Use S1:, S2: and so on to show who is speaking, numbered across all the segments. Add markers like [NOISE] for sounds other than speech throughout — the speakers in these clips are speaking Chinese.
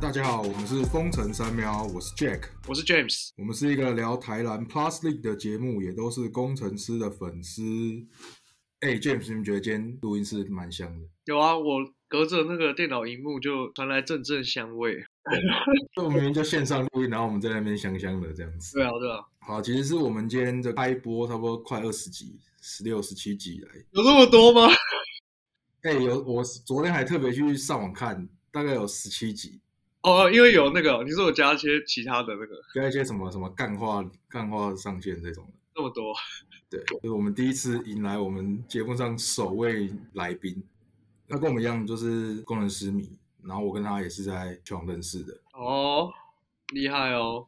S1: 大家好，我们是风城三喵，我是 Jack，
S2: 我是 James。
S1: 我们是一个聊台篮 Plus League 的节目，也都是工程师的粉丝。哎、j a m e s 你们觉得今天录音室蛮香的？
S2: 有啊，我隔着那个电脑荧幕就传来阵阵香味。
S1: 就我们明明就线上录音，然后我们在那边香香的这样子。
S2: 对啊，对啊，
S1: 好，其实是我们今天的开播，差不多快二十集，十六、十七集来。
S2: 有这么多吗？ [LAUGHS]
S1: 哎、有我昨天还特别去上网看，大概有十七集，
S2: 哦，因为有那个，你说我加一些其他的那个，
S1: 跟一些什么什么干话、干话上线这种的。
S2: 这么多。
S1: 对，就是我们第一次迎来我们节目上首位来宾，他跟我们一样就是工程师迷，然后我跟他也是在网认识的。
S2: 哦，厉害哦，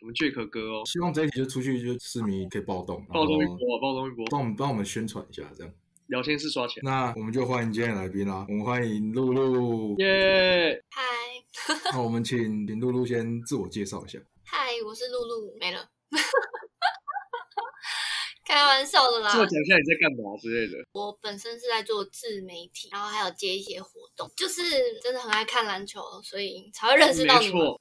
S2: 我们 Jack 哥哦，
S1: 希望这一集就出去就市迷可以暴动，
S2: 暴动一
S1: 然后
S2: 波，啊暴动一波，
S1: 帮我们帮我们宣传一下这样。
S2: 聊天室刷钱。
S1: 那我们就欢迎今天的来宾啦，我们欢迎露露。
S2: 耶、
S3: 嗨
S1: 那我们请请露露先自我介绍一下。
S3: 嗨，我是露露，没了。开玩笑的啦
S2: 自，我讲一下你在干嘛之类的。
S3: 我本身是在做自媒体，然后还有接一些活动，就是真的很爱看篮球，所以才会认识到
S2: 没
S3: 你们
S2: 错。，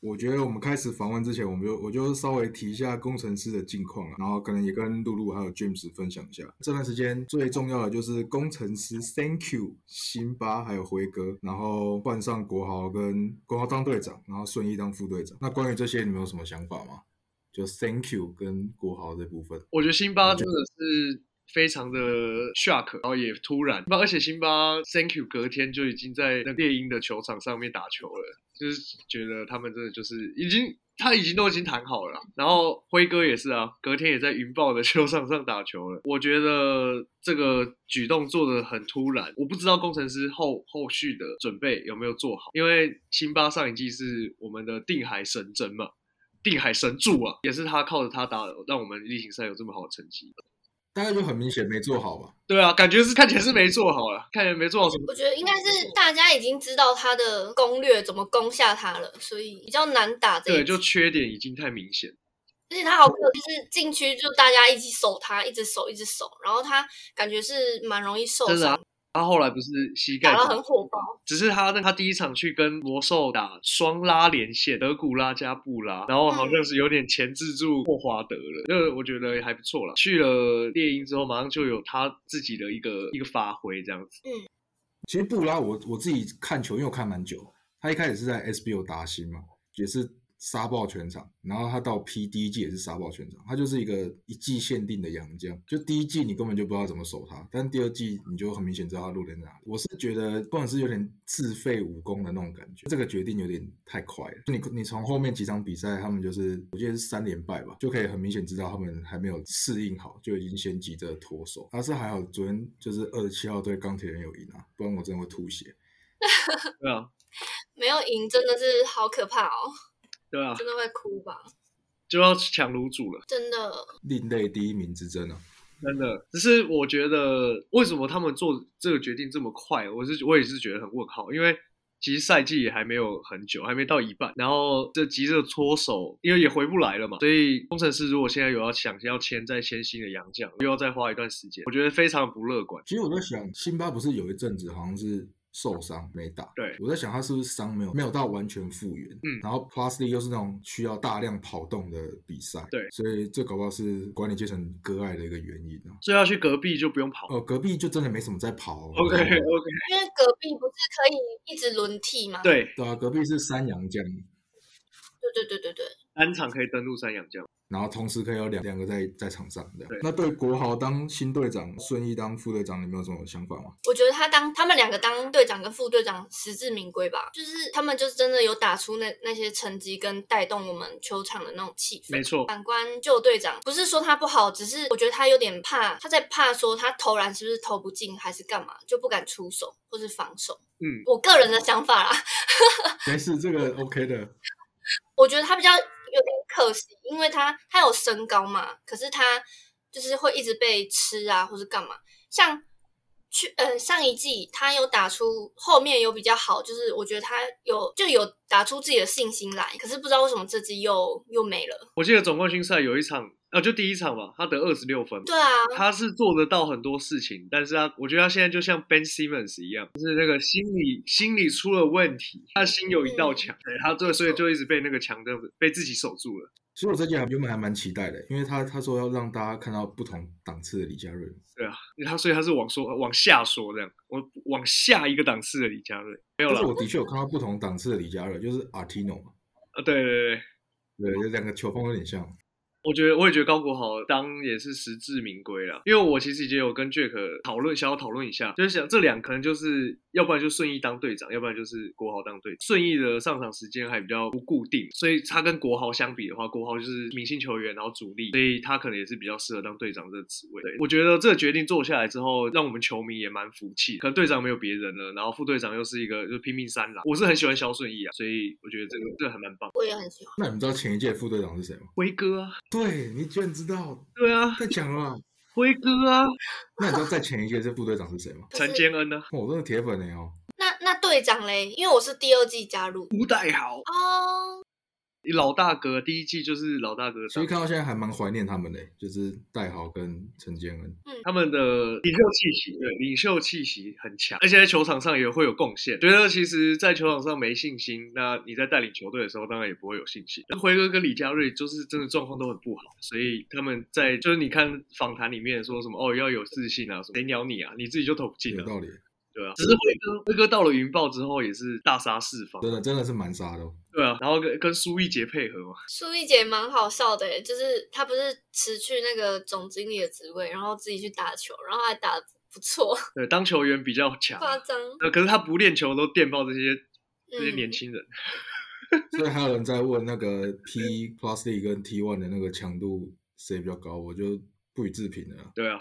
S1: 我觉得我们开始访问之前，我们就我就稍微提一下工程师的近况啊，然后可能也跟露露还有 James 分享一下。这段时间最重要的就是工程师 Thank you 辛巴还有辉哥，然后换上国豪跟国豪当队长，然后顺义当副队长。那关于这些，你们有什么想法吗？就 Thank you 跟国豪这部分，
S2: 我觉得辛巴真的是非常的 shock，然后也突然，而且辛巴 Thank you 隔天就已经在那猎鹰的球场上面打球了，就是觉得他们真的就是已经。他已经都已经谈好了啦，然后辉哥也是啊，隔天也在云豹的球场上打球了。我觉得这个举动做的很突然，我不知道工程师后后续的准备有没有做好，因为辛巴上一季是我们的定海神针嘛，定海神柱啊，也是他靠着他打的，让我们例行赛有这么好的成绩。
S1: 大概就很明显没做好吧。
S2: 对啊，感觉是看起来是没做好了，看起来没做好什么
S3: 我。觉得应该是大家已经知道他的攻略怎么攻下他了，所以比较难打这
S2: 对，
S3: 一
S2: 就
S3: 局。
S2: 缺点已经太明显。
S3: 而且他好可就是禁区，就大家一起守他，一直守，一直守，然后他感觉是蛮容易受
S2: 真的啊
S3: 伤，
S2: 他后来不是膝盖
S3: 打到很火爆。
S2: 只是他那他第一场去跟魔兽打双拉连线，德古拉加布拉，然后好像是有点钳制住霍华德了，那个我觉得还不错啦。去了猎鹰之后，马上就有他自己的一个一个发挥这样子。
S1: 其实布拉我我自己看球，因为我看蛮久，他一开始是在 SBO 打新嘛，也是杀爆全场，然后他到 P 第一季也是杀爆全场，他就是一个一季限定的洋将，就第一季你根本就不知道怎么守他，但第二季你就很明显知道他弱点在哪里。我是觉得不管是有点自废武功的那种感觉，这个决定有点太快了。就你你从后面几场比赛，他们就是我记得是三连败吧，就可以很明显知道他们还没有适应好，就已经先急着脱手。但是还好昨天就是二十七号对钢铁人有赢啊，不然我真的会吐血。
S2: 对啊，
S3: 没有赢真的是好可怕哦，
S2: 对啊，
S3: 真的会哭吧？
S2: 就要抢卤煮了。
S3: 真的，
S1: 另类第一名之争啊！
S2: 真的，只是我觉得为什么他们做这个决定这么快，我是我也是觉得很问号，因为其实赛季也还没有很久，还没到一半，然后这急着搓手，因为也回不来了嘛，所以工程师如果现在有要想要签再签新的洋将，又要再花一段时间，我觉得非常不乐观。
S1: 其实我在想，辛巴不是有一阵子好像是受伤没打，
S2: 对
S1: 我在想他是不是伤没有没有到完全复原，
S2: 嗯
S1: 然后 Plus 又是那种需要大量跑动的比赛，
S2: 对
S1: 所以这搞不好是管理阶层割爱的一个原因啊。
S2: 所以要去隔壁就不用跑。
S1: 哦，隔壁就真的没什么在跑、哦
S2: OK OK，
S3: 因为隔壁不是可以一直轮替吗？
S2: [LAUGHS] 对，
S1: 对啊，隔壁是三洋将，
S3: 对对对对对，
S2: 单场可以登陆三洋将。
S1: 然后同时可以有两两个在在场上这样
S2: 对。
S1: 那对国豪当新队长，顺义当副队长，你们有什么想法
S2: [LAUGHS]
S1: 吗？
S3: 我觉得他当他们两个当队长跟副队长实至名归吧，就是他们就是真的有打出那那些成绩跟带动我们球场的那种气氛。
S2: 没错，
S3: 反观旧队长，不是说他不好，只是我觉得他有点怕，他在怕说他投篮是不是投不进，还是干嘛，就不敢出手或是防守。
S2: 嗯，
S3: 我个人的想法啦，
S1: 没事，这个 OK 的。
S3: 我觉得他比较有点可惜，因为他他有身高嘛，可是他就是会一直被吃啊，或是干嘛。像去呃上一季他有打出后面有比较好，就是我觉得他有就有打出自己的信心来，可是不知道为什么这季又又没了。
S2: 我记得总冠军赛有一场，啊，就第一场嘛，他得二十六分嘛，
S3: 对啊，
S2: 他是做得到很多事情，但是他，我觉得他现在就像 Ben Simmons 一样，就是那个心理心理出了问题，他心有一道墙，对他最所以就一直被那个墙这样子被自己守住了。
S1: 其实我这届还原本还蛮期待的，因为他他说要让大家看到不同档次的李佳瑞，
S2: 对啊，他所以他是往说往下说这样，我往下一个档次的李佳瑞没有
S1: 但
S2: 了
S1: 是我的确有看到不同档次的李佳瑞，就是 Artino 嘛，
S2: 啊，对对对对，
S1: 对，这两个球风有点像。
S2: 我觉得我也觉得高国豪当也是实至名归啦，因为我其实已经有跟 Jack 讨论，想要讨论一下，就是想这两可能就是要不然就顺义当队长，要不然就是国豪当队长。顺义的上场时间还比较不固定，所以他跟国豪相比的话，国豪就是明星球员，然后主力，所以他可能也是比较适合当队长这个职位。对，我觉得这个决定做下来之后，让我们球迷也蛮服气，可能队长没有别人了，然后副队长又是一个就拼命三郎，我是很喜欢肖顺义啊，所以我觉得这个这个还蛮棒。
S3: 我也很喜欢。
S1: 那你们知道前一届副队长是谁吗？
S2: 辉哥啊，
S1: 对你居然知道，
S2: 对啊，
S1: 太强了吧！
S2: 辉哥啊，
S1: [LAUGHS] 那你知道在前一届是副队长是谁吗？
S3: 可
S2: 陈
S3: 是
S2: 坚恩呢、啊？
S1: 哦我真的铁粉哎哦，
S3: 那那队长嘞，因为我是第二季加入
S2: 吴代豪，
S3: 哦，
S2: 老大哥第一季就是老大哥
S1: 所以
S2: 当，
S1: 看到现在还蛮怀念他们的，欸就是戴豪跟陈建恩。
S2: 他们的领袖气息，对领袖气息很强，而且在球场上也会有贡献。觉得其实，在球场上没信心，那你在带领球队的时候，当然也不会有信心。那辉哥跟李佳瑞就是真的状况都很不好，所以他们在就是你看访谈里面说什么哦要有自信啊，什么谁鸟你啊，你自己就投不进
S1: 有
S2: 了，
S1: 道理，
S2: 对啊。只是辉哥辉哥到了云豹之后也是大杀四方，
S1: 真的真的是蛮杀的、哦。
S2: 对啊，然后跟跟苏奕杰配合嘛，
S3: 苏一姐蛮好笑的耶，就是她不是辞去那个总经理的职位，然后自己去打球，然后还打得不错，
S2: 对，当球员比较强。
S3: 夸张。
S2: 呃，可是他不练球都电爆这些这些
S3: 嗯
S2: 年轻人，
S1: 所以还有人在问那个 P Plus D 跟 T One 的那个强度谁比较高，我就不予置评了啦。
S2: 对啊，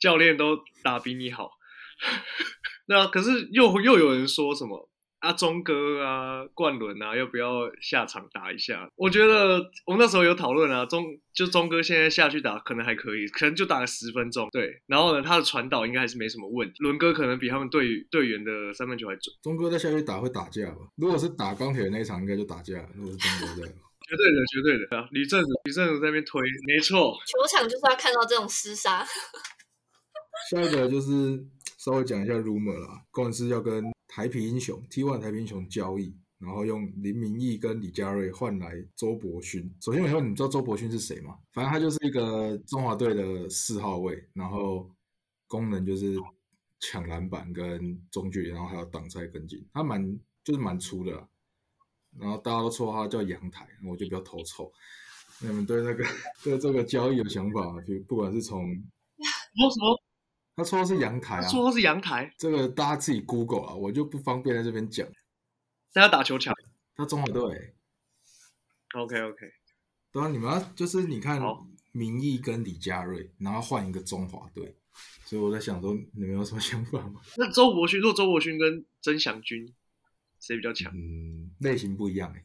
S2: 教练都打比你好。 [LAUGHS] 对啊，可是又又有人说什么啊，钟哥啊，冠伦啊，要不要下场打一下？我觉得我那时候有讨论啊，钟就钟哥现在下去打可能还可以，可能就打个十分钟，对。然后呢，他的传导应该还是没什么问题。伦哥可能比他们队队员的三分球还准，
S1: 钟哥在下去打会打架吧？如果是打钢铁的那一场，应该就打架了。如果是钟哥在，
S2: 绝对的，绝对的。对啊，吕正吕正在那边推，没错，
S3: 球场就是要看到这种厮杀，
S1: 下一个就是稍微讲一下 rumor 啦，工程师要跟台啤英雄 T One 台啤英雄交易，然后用林明义跟李佳瑞换来周伯勋。首先，我想你知道周伯勋是谁吗？反正他就是一个中华队的四号位，然后功能就是抢篮板跟中距离，然后还有挡拆跟进，他蛮就是蛮粗的啦。然后大家都说他叫阳台，我就比较头臭。那你们对那个 [LAUGHS] 对这个交易有想法吗？就不管是从
S2: 什么什么，
S1: 他说的是阳台
S2: 他
S1: 啊，
S2: 说是阳台，
S1: 这个大家自己 Google 啊，我就不方便在这边讲。
S2: 但他打球强。
S1: 他中华队，
S2: OK OK，
S1: 对啊，你们要就是你看
S2: 好
S1: 民意跟李佳瑞，然后换一个中华队，所以我在想说，你们有什么想法吗？
S2: 那周伯勋，若周伯勋跟曾祥军谁比较强？
S1: 嗯，类型不一样哎、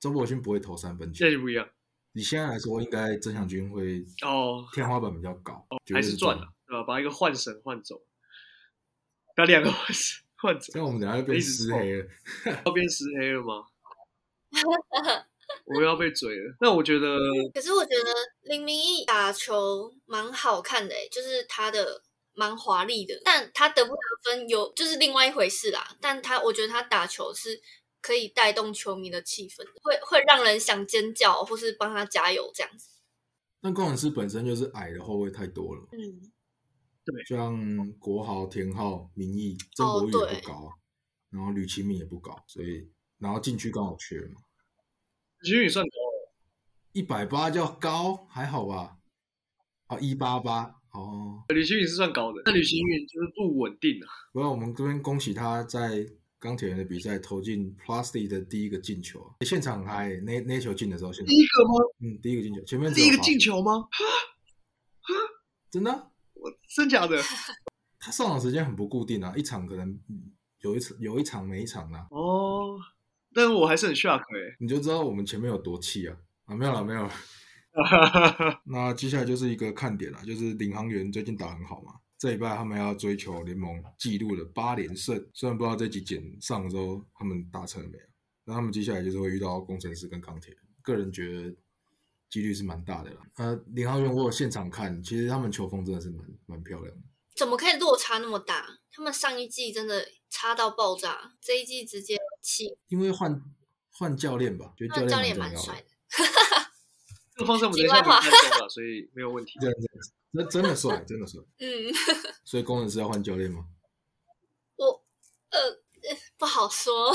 S1: 周伯勋不会投三分球
S2: 现，在就不一样
S1: 以现在来说，应该曾祥军会
S2: 哦，
S1: 天花板比较高，绝
S2: 还
S1: 对
S2: 是
S1: 赚
S2: 赚了。，对吧？把一个换神换走，把两个 [LAUGHS] 换神换走，
S1: 这样我们等一下就被撕黑了。
S2: 要变石黑了吗？我又要被嘴了。那我觉得
S3: 可是我觉得林明义打球蛮好看的、欸，就是他的蛮华丽的，但他得不得分有就是另外一回事啦。但他我觉得他打球是可以带动球迷的气氛的，会会让人想尖叫或是帮他加油这样子。
S1: 但工程师本身就是矮的后卫太多了，
S3: 嗯，
S1: 像国豪、田浩、明义、郑国玉
S3: 哦
S1: 也
S3: 对
S1: 不高，然后吕其明也不高，所以然后禁区刚好缺嘛，
S2: 其实你算高了，
S1: 一百八叫高还好吧？啊，一八八哦，
S2: 吕行云是算高的，但吕行云就是不稳定啊。
S1: 不过我们这边恭喜他在钢铁人的比赛投进 Plastic 的第一个进球，啊现场很嗨，欸那那球进的时候现场
S2: 第，一个吗？
S1: 嗯，第一个进球，前面只
S2: 第
S1: 有
S2: 一个
S1: 罚
S2: 进，球吗？
S1: 真的啊，
S2: 我真假的？
S1: 他上场时间很不固定啊，一场可能嗯有一次有一场没一场啊啦、
S2: 哦，但我还是很 shock 哎、
S1: 你就知道我们前面有多气啊啊，没有了没有了。
S2: 欸。
S1: 那接下来就是一个看点啦，就是领航员最近打很好嘛，这礼拜他们要追求联盟纪录的八连胜，虽然不知道这集减上周他们达成了没有，啊那他们接下来就是会遇到工程师跟钢铁。个人觉得几率是蛮大的啦。呃，林浩源我有现场看，其实他们球风真的是蛮蛮漂亮的。
S3: 怎么可以落差那么大？他们上一季真的差到爆炸，这一季直接起。
S1: 因为换换教练吧，觉得
S3: 那教
S1: 练
S3: 练蛮
S1: 重要
S3: 帅
S1: 的。
S3: 的，
S2: 这个方向我们等一
S3: 题外
S2: 下
S3: 话
S2: 会看中了，所以没有问题。
S1: 这样这样，那真的帅，真的帅。
S3: 嗯，
S1: 所以工程师要换教练吗？
S3: 我呃呃不好说，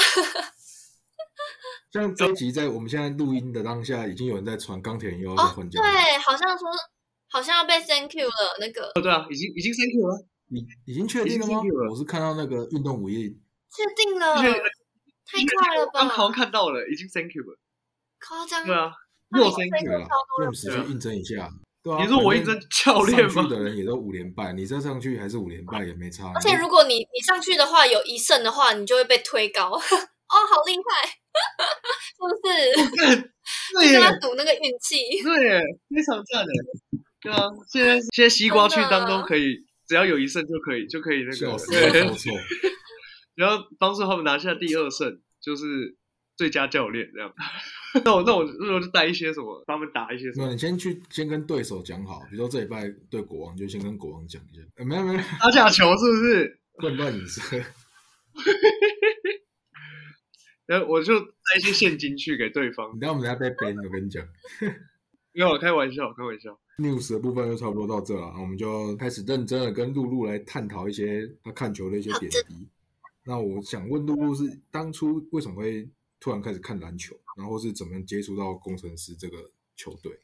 S1: 像这一集在我们现在录音的当下，已经有人在传钢铁人又要再
S3: 哦
S1: 换，教练，
S3: 对，好像说好像要被 Thank you 了那个，
S2: 哦，对啊，已经已经 thank you 了，
S1: 已已经确定了
S2: 已
S1: 吗
S2: 经确定？了
S1: 我是看到那个运动午夜，
S3: 确定了
S2: 而且，
S3: 太快了吧
S2: 刚，好像看到了，已经 thank you 了，
S3: 夸张，
S2: 对啊，
S3: 那
S2: 又
S3: 你
S2: thank you。
S1: 对啦
S3: 超多人
S1: j a 去应征一下。对啊，
S2: 你说我一
S1: 反正
S2: 真教练
S1: 上
S2: 吗
S1: 去？的人也都五连败，你再上去还是五连败也没差。
S3: 而且如果你你上去的话有一胜的话，你就会被推高。哦，好厉害，是不是？
S2: 对啊
S3: 跟
S2: 耶，
S3: 他赌那个运气。
S2: 对耶，非常赞的。对啊，现在 [LAUGHS] 啊现在西瓜去当中可以，只要有一胜就可以，就可以那
S1: 笑
S2: 个，
S1: 死了，
S2: 对
S1: 啊
S2: [LAUGHS]
S1: 没，错，
S2: 然后帮助他们拿下第二胜，就是最佳教练这样。 [LAUGHS] 那我那我那我就带一些什么，帮他们打一些什
S1: 没有
S2: 么，
S1: 你先去先跟对手讲好，比如说这礼拜对国王就先跟国王讲一下，呃，没有 [LAUGHS] 没有，
S2: 打假球是不是？
S1: 混乱饮食。
S2: 然后我就带一些现金去给对方
S1: 你。知道我们等下被 ban，我跟你讲。
S2: 没有，开玩笑，开玩笑。
S1: news 的部分就差不多到这了，我们就开始认真的跟露露来探讨一些她看球的一些点滴。那我想问露露是当初为什么会突然开始看篮球，然后是怎么接触到工程师这个球队？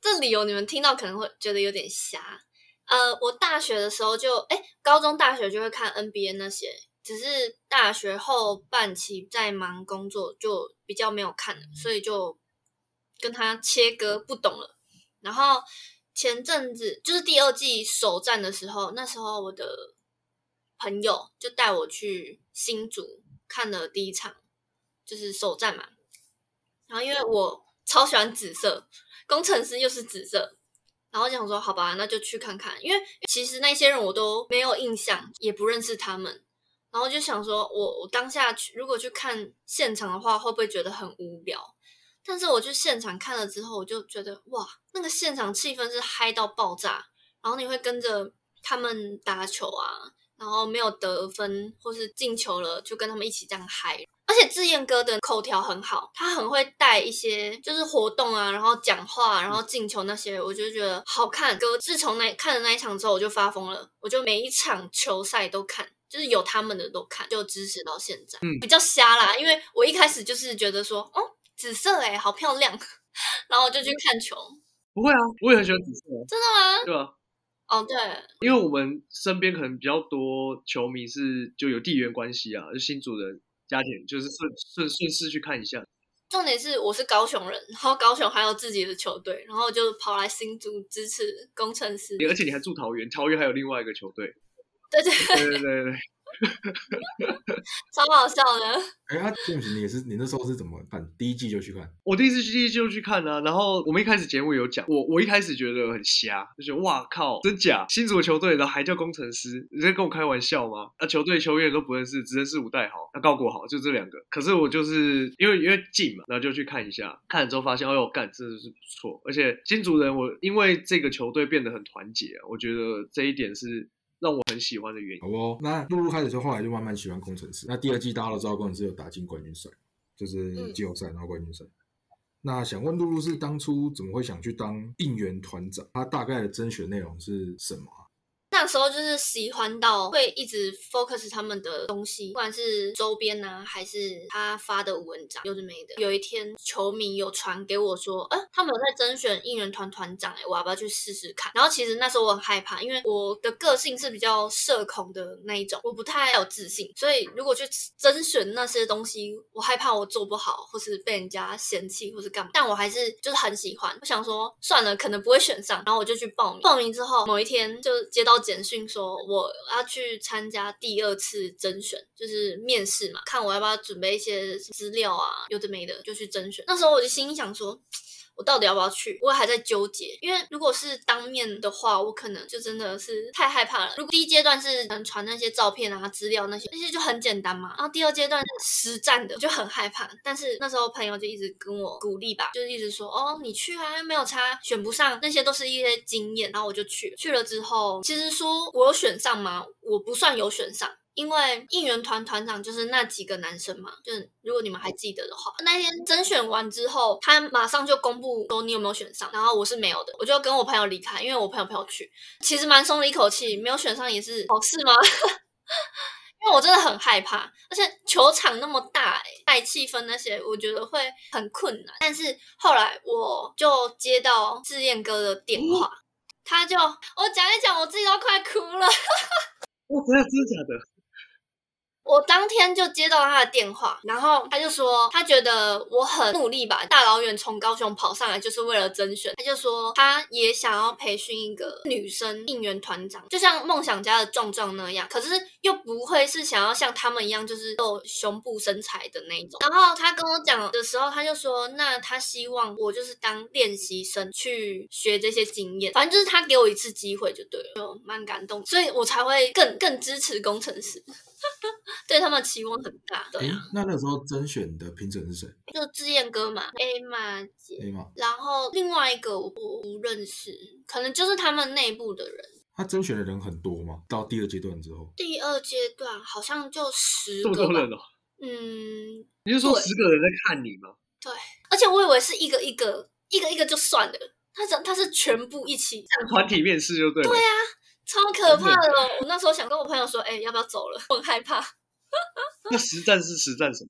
S3: 这理由你们听到可能会觉得有点瞎。呃，我大学的时候就，哎，高中、大学就会看 NBA 那些，只是大学后半期在忙工作，就比较没有看了，所以就跟他切割，不懂了。然后前阵子就是第二季首战的时候，那时候我的朋友就带我去新竹看了第一场，就是首战嘛。然后因为我超喜欢紫色，工程师又是紫色，然后就想说好吧，那就去看看，因为其实那些人我都没有印象，也不认识他们。然后就想说我，我当下去如果去看现场的话，会不会觉得很无聊？但是我去现场看了之后，我就觉得哇，那个现场气氛是嗨到爆炸，然后你会跟着他们打球啊，然后没有得分或是进球了，就跟他们一起这样嗨，而且志燕哥的口条很好，他很会带一些就是活动啊，然后讲话，然后进球那些，我就觉得好看。哥自从那看了那一场之后，我就发疯了，我就每一场球赛都看。就是有他们的都看，就支持到现在，
S2: 嗯
S3: 比较瞎啦。因为我一开始就是觉得说，哦，紫色哎、好漂亮， [LAUGHS] 然后我就去看球。
S2: 不会啊，我也很喜欢紫色啊，
S3: 真的吗？
S2: 对吧？
S3: 哦，对，
S2: 因为我们身边可能比较多球迷是就有地缘关系啊，就新主人家庭，就是顺顺顺势去看一下。
S3: 重点是我是高雄人，然后高雄还有自己的球队，然后就跑来新竹支持工程师。
S2: 而且你还住桃园，桃园还有另外一个球队。
S3: 对 [LAUGHS] 对，
S2: 对对对对，
S3: 超好笑的。
S1: 哎、啊 James，你也是你那时候是怎么看？第一季就去看，
S2: 我第一次去第一季就去看啊，然后我们一开始节目有讲，我我一开始觉得很瞎，就觉得哇靠，真假新组球队，然后还叫工程师，你在跟我开玩笑吗？啊，球队球员都不认识，只认识吴代豪、那高国豪，就这两个。可是我就是因为因为近嘛，然后就去看一下，看了之后发现，哎呦干，真的是不错，而且新竹人我因为这个球队变得很团结啊，我觉得这一点是让我很喜欢的原因。
S1: 好不好？那露露开始之后，后来就慢慢喜欢工程师。那第二季大家都知道，工程师有打进冠军赛，就是季后赛，然后冠军赛。那想问露露是当初怎么会想去当应援团长？他大概的甄选内容是什么啊？
S3: 那时候就是喜欢到会一直 focus 他们的东西，不管是周边呐、还是他发的文章，有的没的。有一天，球迷有传给我说，呃，他们有在甄选应援团团长、欸，我要不要去试试看？然后其实那时候我很害怕，因为我的个性是比较社恐的那一种，我不太有自信，所以如果去甄选那些东西，我害怕我做不好，或是被人家嫌弃，或是干嘛。但我还是就是很喜欢，我想说算了，可能不会选上，然后我就去报名。报名之后，某一天就接到简讯说我要去参加第二次甄选，就是面试嘛，看我要不要准备一些资料啊，有的没的就去甄选。那时候我就心里想说。我我到底要不要去？我还在纠结，因为如果是当面的话，我可能就真的是太害怕了。如果第一阶段是能传那些照片啊、资料那些，那些就很简单嘛。然后第二阶段是实战的，就很害怕。但是那时候朋友就一直跟我鼓励吧，就是一直说哦，你去啊，又没有差，选不上那些都是一些经验。然后我就去了，去了之后，其实说我有选上吗？我不算有选上。因为应援团团长就是那几个男生嘛，就是如果你们还记得的话，那天甄选完之后，他马上就公布说你有没有选上，然后我是没有的，我就跟我朋友离开，因为我朋友陪我去，其实蛮松了一口气，没有选上也是好事吗？因为我真的很害怕，而且球场那么大、欸，带气氛那些，我觉得会很困难。但是后来我就接到志燕哥的电话，他就我讲一讲，我自己都快哭了。
S2: 我真的真的假的？
S3: 我当天就接到他的电话，然后他就说他觉得我很努力吧，大老远从高雄跑上来就是为了甄选。他就说他也想要培训一个女生应援团长，就像梦想家的壮壮那样，可是又不会是想要像他们一样就是露胸部身材的那一种。然后他跟我讲的时候，他就说那他希望我就是当练习生去学这些经验，反正就是他给我一次机会就对了，就蛮感动，所以我才会更更支持工程师。 [LAUGHS] 对他们期望很大，对
S2: 哎
S1: 诶
S3: 啊，，
S1: 那那时候甄选的评审是谁？
S3: 就志燕哥嘛，A 嘛姐，
S1: 哎妈，
S3: 然后另外一个我不不认识，可能就是他们内部的人。
S1: 他甄选的人很多吗？到第二阶段之后，
S3: 第二阶段好像就十
S2: 这么
S3: 个
S2: 多
S3: 吧，
S2: 人哦？
S3: 嗯，
S2: 你是说
S3: 对
S2: 十个人在看你吗？
S3: 而且我以为是一个一个一个一个就算了，他是他是全部一起上
S2: 团体面试就对了。对啊，
S3: 超可怕的。哦我那时候想跟我朋友说，哎、要不要走了？我很害怕。
S2: 那实战是实战什么？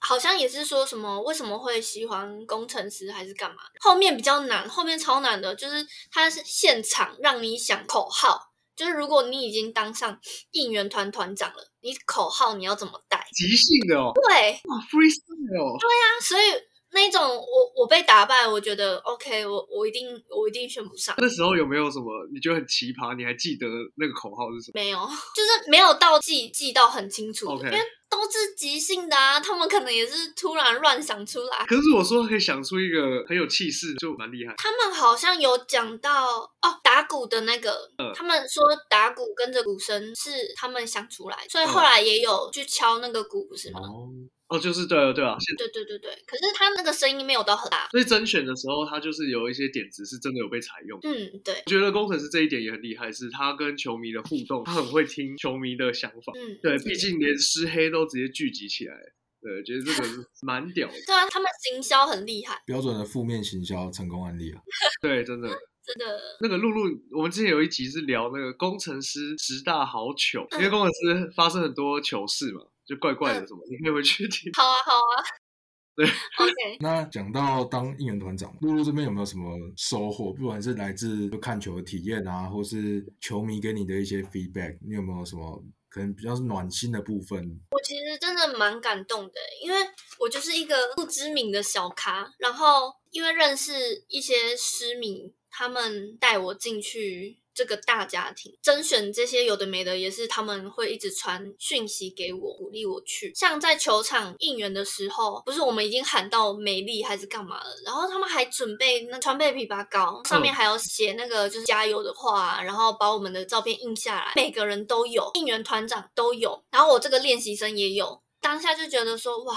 S3: 好像也是说什么为什么会喜欢工程师还是干嘛？后面比较难，后面超难的，就是它是现场让你想口号，就是如果你已经当上应援团团长了，你口号你要怎么带？
S2: 即兴的哦，
S3: 对，
S2: 哇，freestyle 哦，
S3: 啊，所以那种我我被打败，我觉得 OK，我我一定我一定选不上。
S2: 那时候有没有什么你觉得很奇葩？你还记得那个口号是什么？
S3: 没有，就是没有到记记到很清楚
S2: OK
S3: 因为都是即兴的啊，他们可能也是突然乱想出来。
S2: 可是我说可以想出一个很有气势，就蛮厉害。
S3: 他们好像有讲到哦，打鼓的那个，
S2: 嗯
S3: 他们说打鼓跟着鼓声是他们想出来，所以
S2: 嗯
S3: 后来也有去敲那个鼓，不是吗？
S1: 哦，
S2: 哦，就是对了对啊，现
S3: 对对对对，可是他那个声音没有到很大。
S2: 所以甄选的时候，他就是有一些点子是真的有被采用。
S3: 嗯，对，
S2: 我觉得工程师这一点也很厉害，是他跟球迷的互动，他很会听球迷的想法。
S3: 嗯，
S2: 对，毕竟连师黑都直接聚集起来，对，觉得这个是蛮屌的。
S3: 对啊，他们行销很厉害，
S1: 标准的负面行销成功案例啊。
S2: 对，真的，
S3: 真的。
S2: 那个露露，我们之前有一集是聊那个工程师十大好糗，
S3: 嗯
S2: 因为工程师发生很多糗事嘛，就怪怪的什么，你可以回去听。
S3: 好啊，好啊。
S2: 对
S3: [LAUGHS] OK，
S1: 那讲到当应援团长，露露这边有没有什么收获？不管是来自看球的体验啊，或是球迷给你的一些 feedback，你有没有什么可能比较是暖心的部分？
S3: 我其实真的蛮感动的，欸因为我就是一个不知名的小咖，然后因为认识一些诗迷，他们带我进去这个大家庭，甄选这些有的没的，也是他们会一直传讯息给我，鼓励我去。像在球场应援的时候，不是我们已经喊到美丽还是干嘛了，然后他们还准备那川贝枇杷膏，上面还有写那个就是加油的话，然后把我们的照片印下来，每个人都有，应援团长都有，然后我这个练习生也有。当下就觉得说，哇，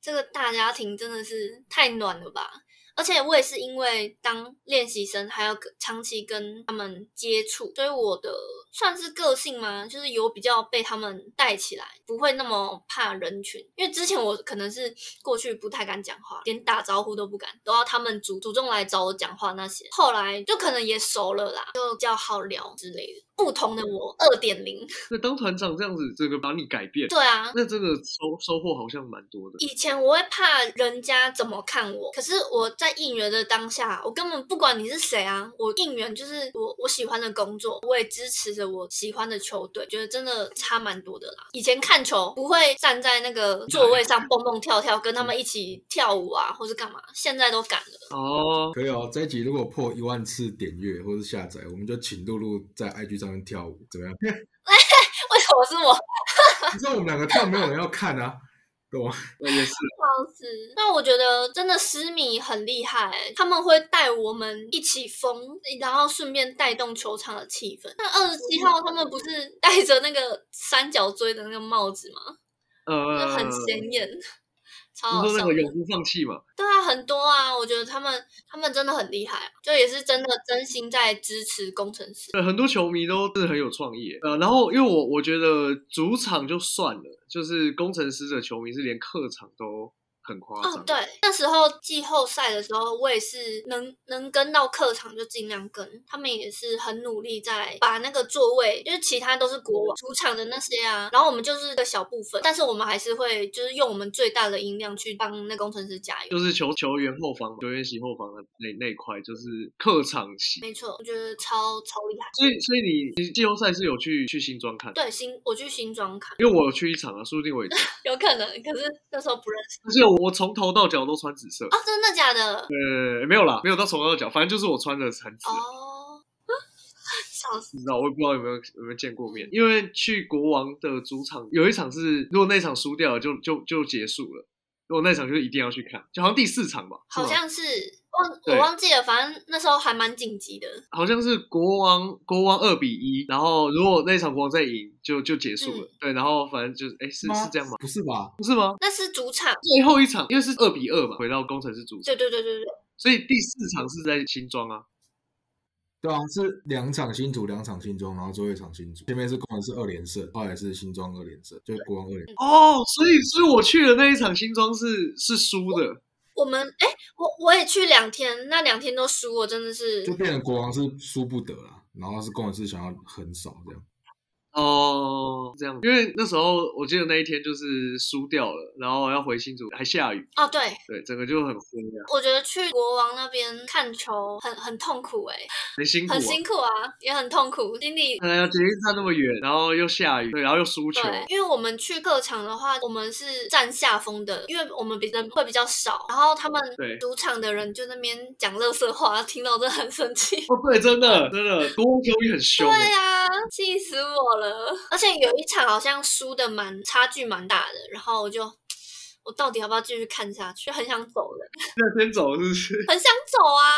S3: 这个大家庭真的是太暖了吧！而且我也是因为当练习生，还有跟长期跟他们接触，所以我的算是个性吗？就是有比较被他们带起来，不会那么怕人群。因为之前我可能是过去不太敢讲话，连打招呼都不敢，都要他们主主动来找我讲话那些。后来就可能也熟了啦，就比较好聊之类的。不同的我二点零，
S2: 那当团长这样子，整个把你改变，
S3: 对啊，
S2: 那真的收收获好像蛮多的。
S3: 以前我会怕人家怎么看我，可是我在应援的当下，我根本不管你是谁啊，我应援就是我我喜欢的工作，我也支持着我喜欢的球队，觉得真的差蛮多的啦。以前看球不会站在那个座位上蹦蹦跳跳，跟他们一起跳舞啊，或是干嘛，现在都敢了。 [LAUGHS]
S2: 哦，
S1: 可以哦，这一集如果破一万次点阅或是下载，我们就请露露在 IG 上面跳舞，怎么样？ [LAUGHS]
S3: 为什么是我？
S1: 你知道我们两个跳没有人要看啊，对吧？
S2: 那呃也是
S3: 笑死！那我觉得真的思迷很厉害、他们会带我们一起疯，然后顺便带动球场的气氛。那二十七号他们不是戴着那个三角锥的那个帽子吗？就
S2: 呃，
S3: 很显眼，超
S2: 你
S3: 好
S2: 说那
S3: 笑
S2: 个
S3: 的。
S2: 永不放弃嘛？
S3: 对啊，很多啊，我觉得他们他们真的很厉害、啊，就也是真的真心在支持工程师。
S2: 呃对，很多球迷都是很有创意。呃，然后因为我我觉得主场就算了，就是工程师的球迷是连客场都很夸张。
S3: 哦，对，那时候季后赛的时候，我也是能能跟到客场就尽量跟，他们也是很努力在把那个座位，就是其他都是国王主场的那些啊，然后我们就是个小部分，但是我们还是会就是用我们最大的音量去帮那工程师加油。
S2: 就是球球员后方嘛，球员席后方的那那一块就是客场席，
S3: 没错，我觉得超超厉害。
S2: 所以所以你你季后赛是有去去新庄看，
S3: 对，新我去新庄看， [LAUGHS]
S2: 因为我有去一场啊，说不定我也去，
S3: 有可能，可是那时候不认识
S2: 而且我我从头到脚都穿紫色，
S3: 哦，真的假的？
S2: 呃，没有啦，没有到从头到脚，反正就是我穿的很紫，
S3: 哦， [LAUGHS] 笑死！
S2: 不知道我也不知道有没有有没有见过面，因为去国王的主场有一场是，如果那场输掉了就就就结束了，如果那场就是一定要去看，就好像第四场吧，是
S3: 好
S2: 吗
S3: 像是忘我
S2: 对
S3: 忘记了，反正那时候还蛮紧急的。
S2: 好像是国王国王二比一，然后如果那场国王再赢就就结束了，对，然后反正就是哎是是这样吗？
S1: 不是吧？
S2: 不是吗？
S3: 那是主场，
S2: 最后一场因为是二比二嘛，回到工程师主场
S3: 对，对对对对，
S2: 所以第四场是在新庄啊，
S1: 对啊，是两场新竹，两场新庄，然后最后一场新竹。前面是工人是二连胜，后来是新庄二连胜，就是国王二连胜。
S2: 哦，所以所以我去的那一场新庄是是输的，
S3: 我们哎，我我也去两天，那两天都输，我真的是
S1: 就变成国王是输不得了，然后是工人是想要横扫这样。
S2: 哦，这样，因为那时候我记得那一天就是输掉了，然后要回新竹还下雨，
S3: 哦，对，
S2: 对，整个就很灰啊，
S3: 我觉得去国王那边看球很很痛苦哎、
S2: 很辛苦、啊
S3: 很，辛苦啊，也很痛苦，心里
S2: 哎呀，捷运站那么远，然后又下雨，对，然后又输球，
S3: 对，因为我们去客场的话，我们是占下风的，因为我们比人会比较少，然后他们
S2: 对
S3: 主场的人就那边讲乐色话，听到我真的很生气。
S2: 哦，对，真的真的，国王球迷很凶
S3: 对
S2: 欸，
S3: 啊，气死我了！而且有一场好像输的蛮差距蛮大的，然后我就我到底要不要继续看下去？很想走
S2: [LAUGHS]
S3: 了，
S2: 那先走是不是 [LAUGHS]
S3: 很想走啊！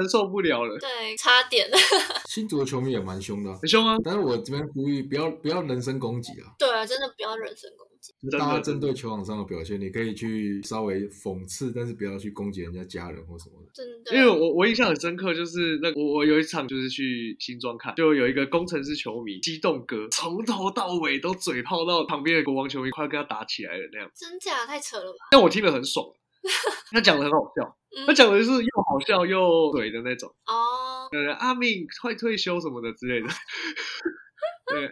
S2: 承受不了了？
S3: 对，差点。 [LAUGHS]
S1: 新竹的球迷也蛮凶的啊、
S2: 很凶啊，
S1: 但是我这边呼吁，不要不要人身攻击啊！
S3: 对啊，真的不要人身攻击。
S1: 就是大家针对球场上的表现，你可以去稍微讽刺，但是不要去攻击人家家人或什么的。
S3: 真的，
S2: 因为我我印象很深刻，就是那我我有一场就是去新庄看，就有一个工程师球迷激动哥，从头到尾都嘴炮到旁边的国王球迷快跟他打起来了那样，
S3: 真假太扯了吧？
S2: 但我听得很爽，他讲的很好笑，他
S3: 嗯，
S2: 讲的是又好笑又怼的那种，
S3: 哦，
S2: 对阿敏快退休什么的之类的，对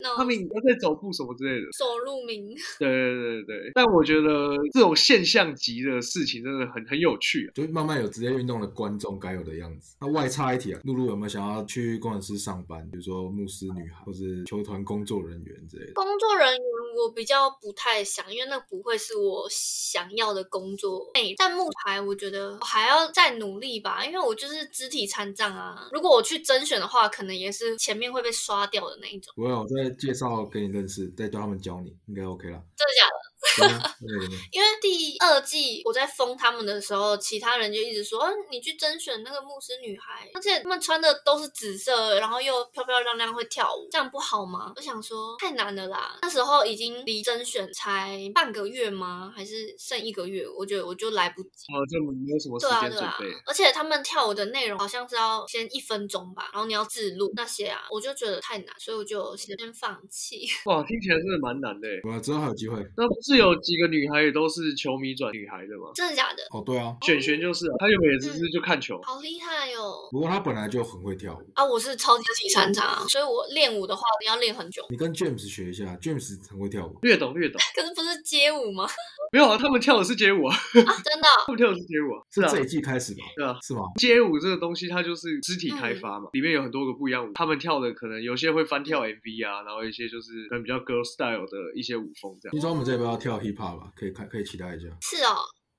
S3: 那
S2: 阿敏你要再走步什么之类的，
S3: 走路名，
S2: 对对对对对，但我觉得这种现象级的事情真的很很有趣啊。
S1: 就是慢慢有职业运动的观众该有的样子。那外插一题啊，露露有没有想要去工程师上班，比如说牧师女孩或是球团工作人员之类的？
S3: 工作人员我比较不太想，因为那不会是我想要的工作。哎、但木牌我觉得我还要再努力吧，因为我就是肢体残障啊。如果我去甄选的话，可能也是前面会被刷掉的那一种。
S1: 哦我有再介绍给你认识，再叫他们教你，应该 OK 啦。
S3: 真的假的？
S1: 对啊对对对
S3: 因为第二季我在封他们的时候，其他人就一直说，啊、你去甄选那个牧师女孩，而且他们穿的都是紫色，然后又漂漂亮亮会跳舞，这样不好吗？我想说太难了啦，那时候已经离甄选才半个月吗？还是剩一个月？我觉得我就来不及。
S2: 啊，就没有什么时
S3: 对啊，
S2: 间
S3: 对
S2: 准
S3: 啊
S2: 备。，
S3: 而且他们跳舞的内容好像是要先一分钟吧，然后你要自录那些啊，我就觉得太难，所以我就先放弃。 [LAUGHS]
S2: 哇，听起来真的蛮难的耶。欸
S1: 我之后还有机会。
S2: 那不是有几个女孩也都是球迷转女孩的吗？
S3: 真的假的？
S1: 哦，对啊，
S2: 选璇就是、啊，她原本也只是就看球，
S3: 好厉害哦！
S1: 不过他本来就很会跳舞，
S3: 啊，我是超级体擅长，所以我练舞的话要练很久。
S1: 你跟 James 学一下，James 很会跳舞。
S2: 略懂略懂。
S3: 可是不是街舞吗？
S2: 没有啊，他们跳的是街舞啊， [LAUGHS]
S3: 啊，真的
S2: 他们跳的是街舞啊，是
S1: 是
S2: 啊。
S1: 这一季开始吧？
S2: 对啊，
S1: 是吗？
S2: 街舞这个东西，它就是肢体开发嘛，里面有很多个不一样舞，他们跳的可能有些会翻跳 MV 啊，然后一些就是可能比较 girl style 的一些舞风这样
S1: 听。说我们这边要跳 hip hop 吧？可以看，可以期待一下。
S3: 是哦。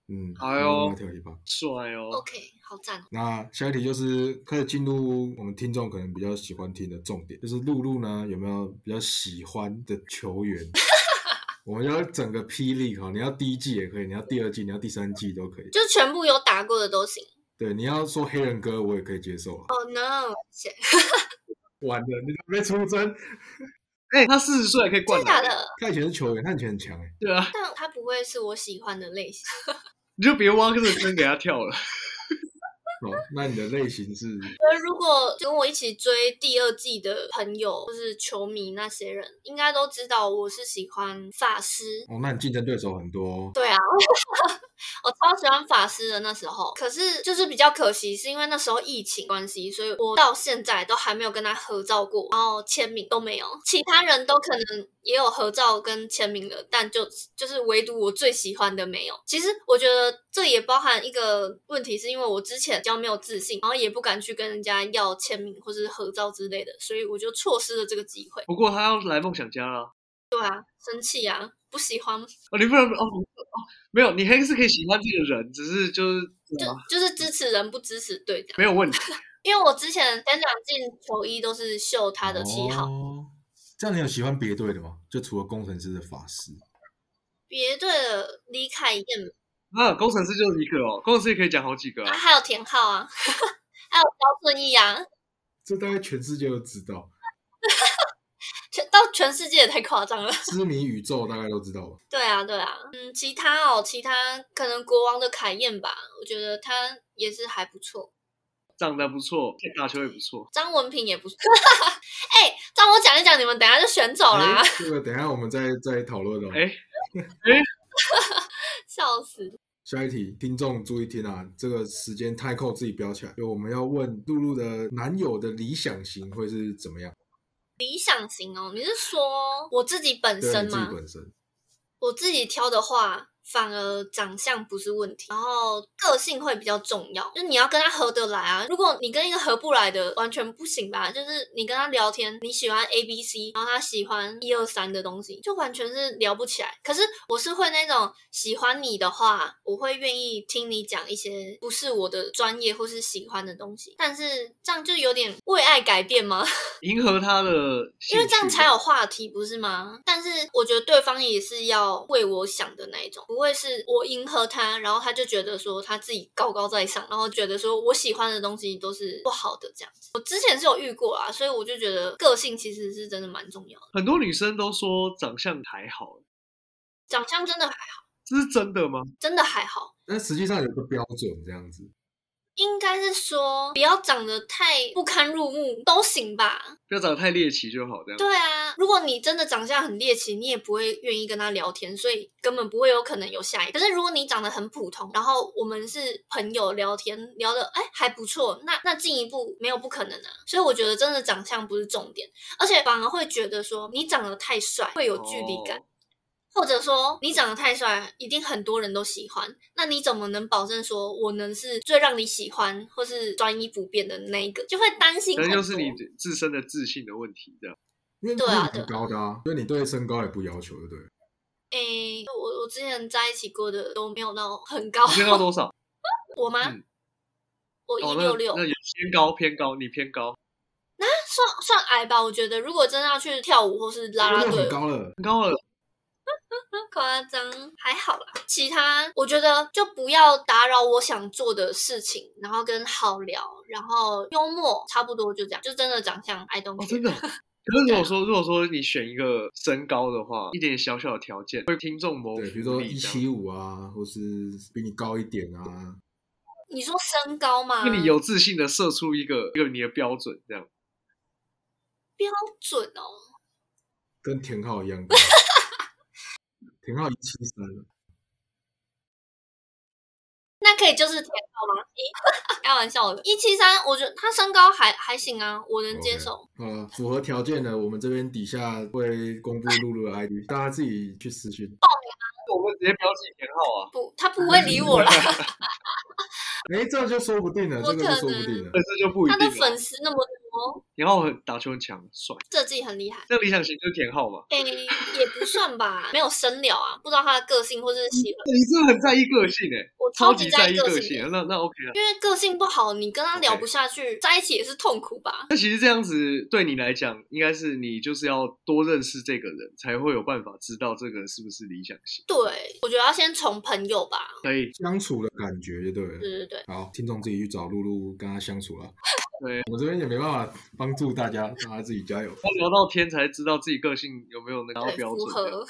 S1: 嗯，
S2: 哎呦
S1: 我们要跳 hip hop。
S2: 帅哦！
S3: OK，好赞哦。
S1: 那下一题就是开始进入我们听众可能比较喜
S3: [LAUGHS]
S1: 欢听的重点，就是露露呢有没有比较喜欢的球员？我们要整个霹雳哈，你要第一季也可以，你要第二季，你要第三季都可以。
S3: 就全部有打过的都行。
S1: 对，你要说黑人歌，我也可以接受啊。
S3: 哦、no，谢
S1: 完了，你都没出征。
S2: 哎、他四十岁还可以灌
S3: 真假
S2: 篮，
S3: 的？
S1: 他以前是球员，他以前很强哎、
S2: 对啊，
S3: 但他不会是我喜欢的类型。
S2: 你就别挖这个坑给他跳了。
S1: 哦，那你的类型是
S3: 呃，如果跟我一起追第二季的朋友，就是球迷那些人，应该都知道我是喜欢法师。
S1: 哦，那你竞争对手很多哦。
S3: 对啊， [LAUGHS] 我超喜欢法师的那时候，可是就是比较可惜，是因为那时候疫情关系，所以我到现在都还没有跟他合照过，然后签名都没有。其他人都可能也有合照跟签名了，但就就是唯独我最喜欢的没有。其实我觉得这也包含一个问题，是因为我之前比较没有自信，然后也不敢去跟人家要签名或是合照之类的，所以我就错失了这个机会。
S2: 不过他要来梦想家啦。
S3: 对啊，生气啊，不喜欢
S2: 哦，你不能哦你哦，没有，你还是可以喜欢这个人，只是就是、对啊
S3: 就就是支持人不支持队长。
S2: 没有问题。
S3: 因为我之前前两件球衣都是秀他的七号，
S1: 哦。这样你有喜欢别队的吗？就除了工程师的法师，
S3: 别队的李凯燕
S2: 啊，工程师就是一个哦，工程师也可以讲好几个
S3: 啊，
S2: 啊。
S3: 还有田浩啊， [LAUGHS] 还有高顺义啊，
S1: 这大概全世界都知道，
S3: 全到全世界也太夸张了。 [LAUGHS]
S1: 知名宇宙大概都知道吧。
S3: 对啊，对啊，嗯，其他哦，其他可能国王的凯燕吧，我觉得他也是还不错，
S2: 长得不错，打球也不错。
S3: 张文平也不错。 [LAUGHS] 哎、让我讲一讲，你们等一下就选走啦、
S1: 哎这个等一下我们再再讨论哦。
S2: 哎，
S3: 笑死！
S1: 下一题，听众注意听啊，这个时间太扣自己标起来。就我们要问露露的男友的理想型会是怎么样？
S3: 理想型哦，你是说我自己本
S1: 对
S3: 身
S1: 你自
S3: 吗
S1: 己？本身，
S3: 我自己挑的话，反而长相不是问题，然后个性会比较重要，就是你要跟他合得来啊。如果你跟一个合不来的，完全不行吧？就是你跟他聊天，你喜欢 A B C，然后他喜欢一二三的东西，就完全是聊不起来。可是我是会那种喜欢你的话，我会愿意听你讲一些不是我的专业或是喜欢的东西，但是这样就有点为爱改变吗？
S2: 迎合他的兴趣，
S3: 因为这样才有话题，不是吗？但是我觉得对方也是要为我想的那一种，不会是我迎合他，然后他就觉得说他自己高高在上，然后觉得说我喜欢的东西都是不好的这样子。我之前是有遇过啊，所以我就觉得个性其实是真的蛮重要的，
S2: 很多女生都说长相还好，
S3: 长相真的还
S2: 这是真的吗？
S3: 真的还好。
S1: 但实际上有个标准这样子。
S3: 应该是说不要长得太不堪入目都行吧。
S2: 不要长得太猎奇就好，这样。
S3: 对啊，如果你真的长相很猎奇，你也不会愿意跟他聊天，所以根本不会有可能有下一个。可是如果你长得很普通，然后我们是朋友聊天聊的，哎还不错，那那进一步没有不可能啊。所以我觉得真的长相不是重点，而且反而会觉得说你长得太帅会有距离感。
S2: 哦
S3: 或者说你长得太帅，一定很多人都喜欢，那你怎么能保证说我能是最让你喜欢或是专一不变的那一个？就会担心
S2: 可
S3: 很
S2: 能
S3: 多。
S2: 就是你自身的自信的问题，这样。
S1: 因为你
S3: 对啊
S1: 挺高的啊，所以你对身高也不要求，对不对？
S3: 诶、我我之前在一起过的都没有到很高
S2: 你，身高多少？
S3: 我吗？
S2: 嗯
S3: 我
S2: 哦
S3: 哦 [LAUGHS] 一，
S2: 那
S3: 六六，
S2: 那有偏高，偏高，你偏高，
S3: 算算矮吧。我觉得如果真的要去跳舞或是啦啦
S1: 因为
S3: 队
S1: 很，高了。
S2: 很高了。
S3: 夸张还好啦。其他我觉得就不要打扰我想做的事情，然后跟好聊，然后幽默，差不多就这样。就真的长相，I don't
S2: 哦，
S3: care。
S2: 真的哦。可
S3: [LAUGHS]
S2: 是如果
S3: 啊
S2: 说，如果说你选一个身高的话，一点小小的条件，为听众谋福
S1: 对，
S2: 利，
S1: 比如说一
S2: 这样
S1: 七五啊，或是比你高一点啊。
S3: 你说身高吗？
S2: 那你有自信的设出一个一个你的标准，这样。
S3: 准哦？
S1: 跟田浩一样高，田浩一七三，
S3: 那可以就是填到吗？一 [LAUGHS] 开玩笑的，一七三，我觉得他身高还还行啊，我能接受。
S1: 好了，符合条件的，我们这边底下会公布露露的 ID，大家自己去私讯。
S2: 我们直接标记填号啊，
S3: 不，他不会理我啦，
S1: 哎，这就说不定了，
S3: 我
S1: 这个就
S3: 可
S1: 说不
S3: 能
S1: 定了
S2: 但。是就不一
S3: 他
S2: 定啊
S3: 的
S2: 了。
S3: 粉丝那么多，哦，
S2: 田浩很打球很强，帅。
S3: 这自己很厉害。
S2: 那理想型就是田浩嘛？
S3: 诶、也不算吧，没有深聊啊，不知道他的个性或是喜欢，
S2: 你真的很在意个性诶、欸
S3: 我
S2: 超
S3: 级
S2: 级
S3: 在
S2: 意
S3: 个
S2: 个
S3: 性
S2: 性
S3: 的
S2: 啊。那那 OK 啊。
S3: 因为个性不好，你跟他聊不下去在一起也是痛苦吧？
S2: 那其实这样子对你来讲，应该是你就是要多认识这个人，才会有办法知道这个人是不是理想型。
S3: 对，我觉得要先从朋友吧。
S2: 可以，
S1: 相处的感觉就对了。
S3: 对对对，
S1: 好，听众自己去找露露跟她相处了。
S2: 对，
S1: 我这边也没办法帮助大家，让她自己加油。
S2: 要聊到天才知道自己个性有没有那个
S3: 对，
S2: 标
S3: 符
S2: 准这样。
S3: 合。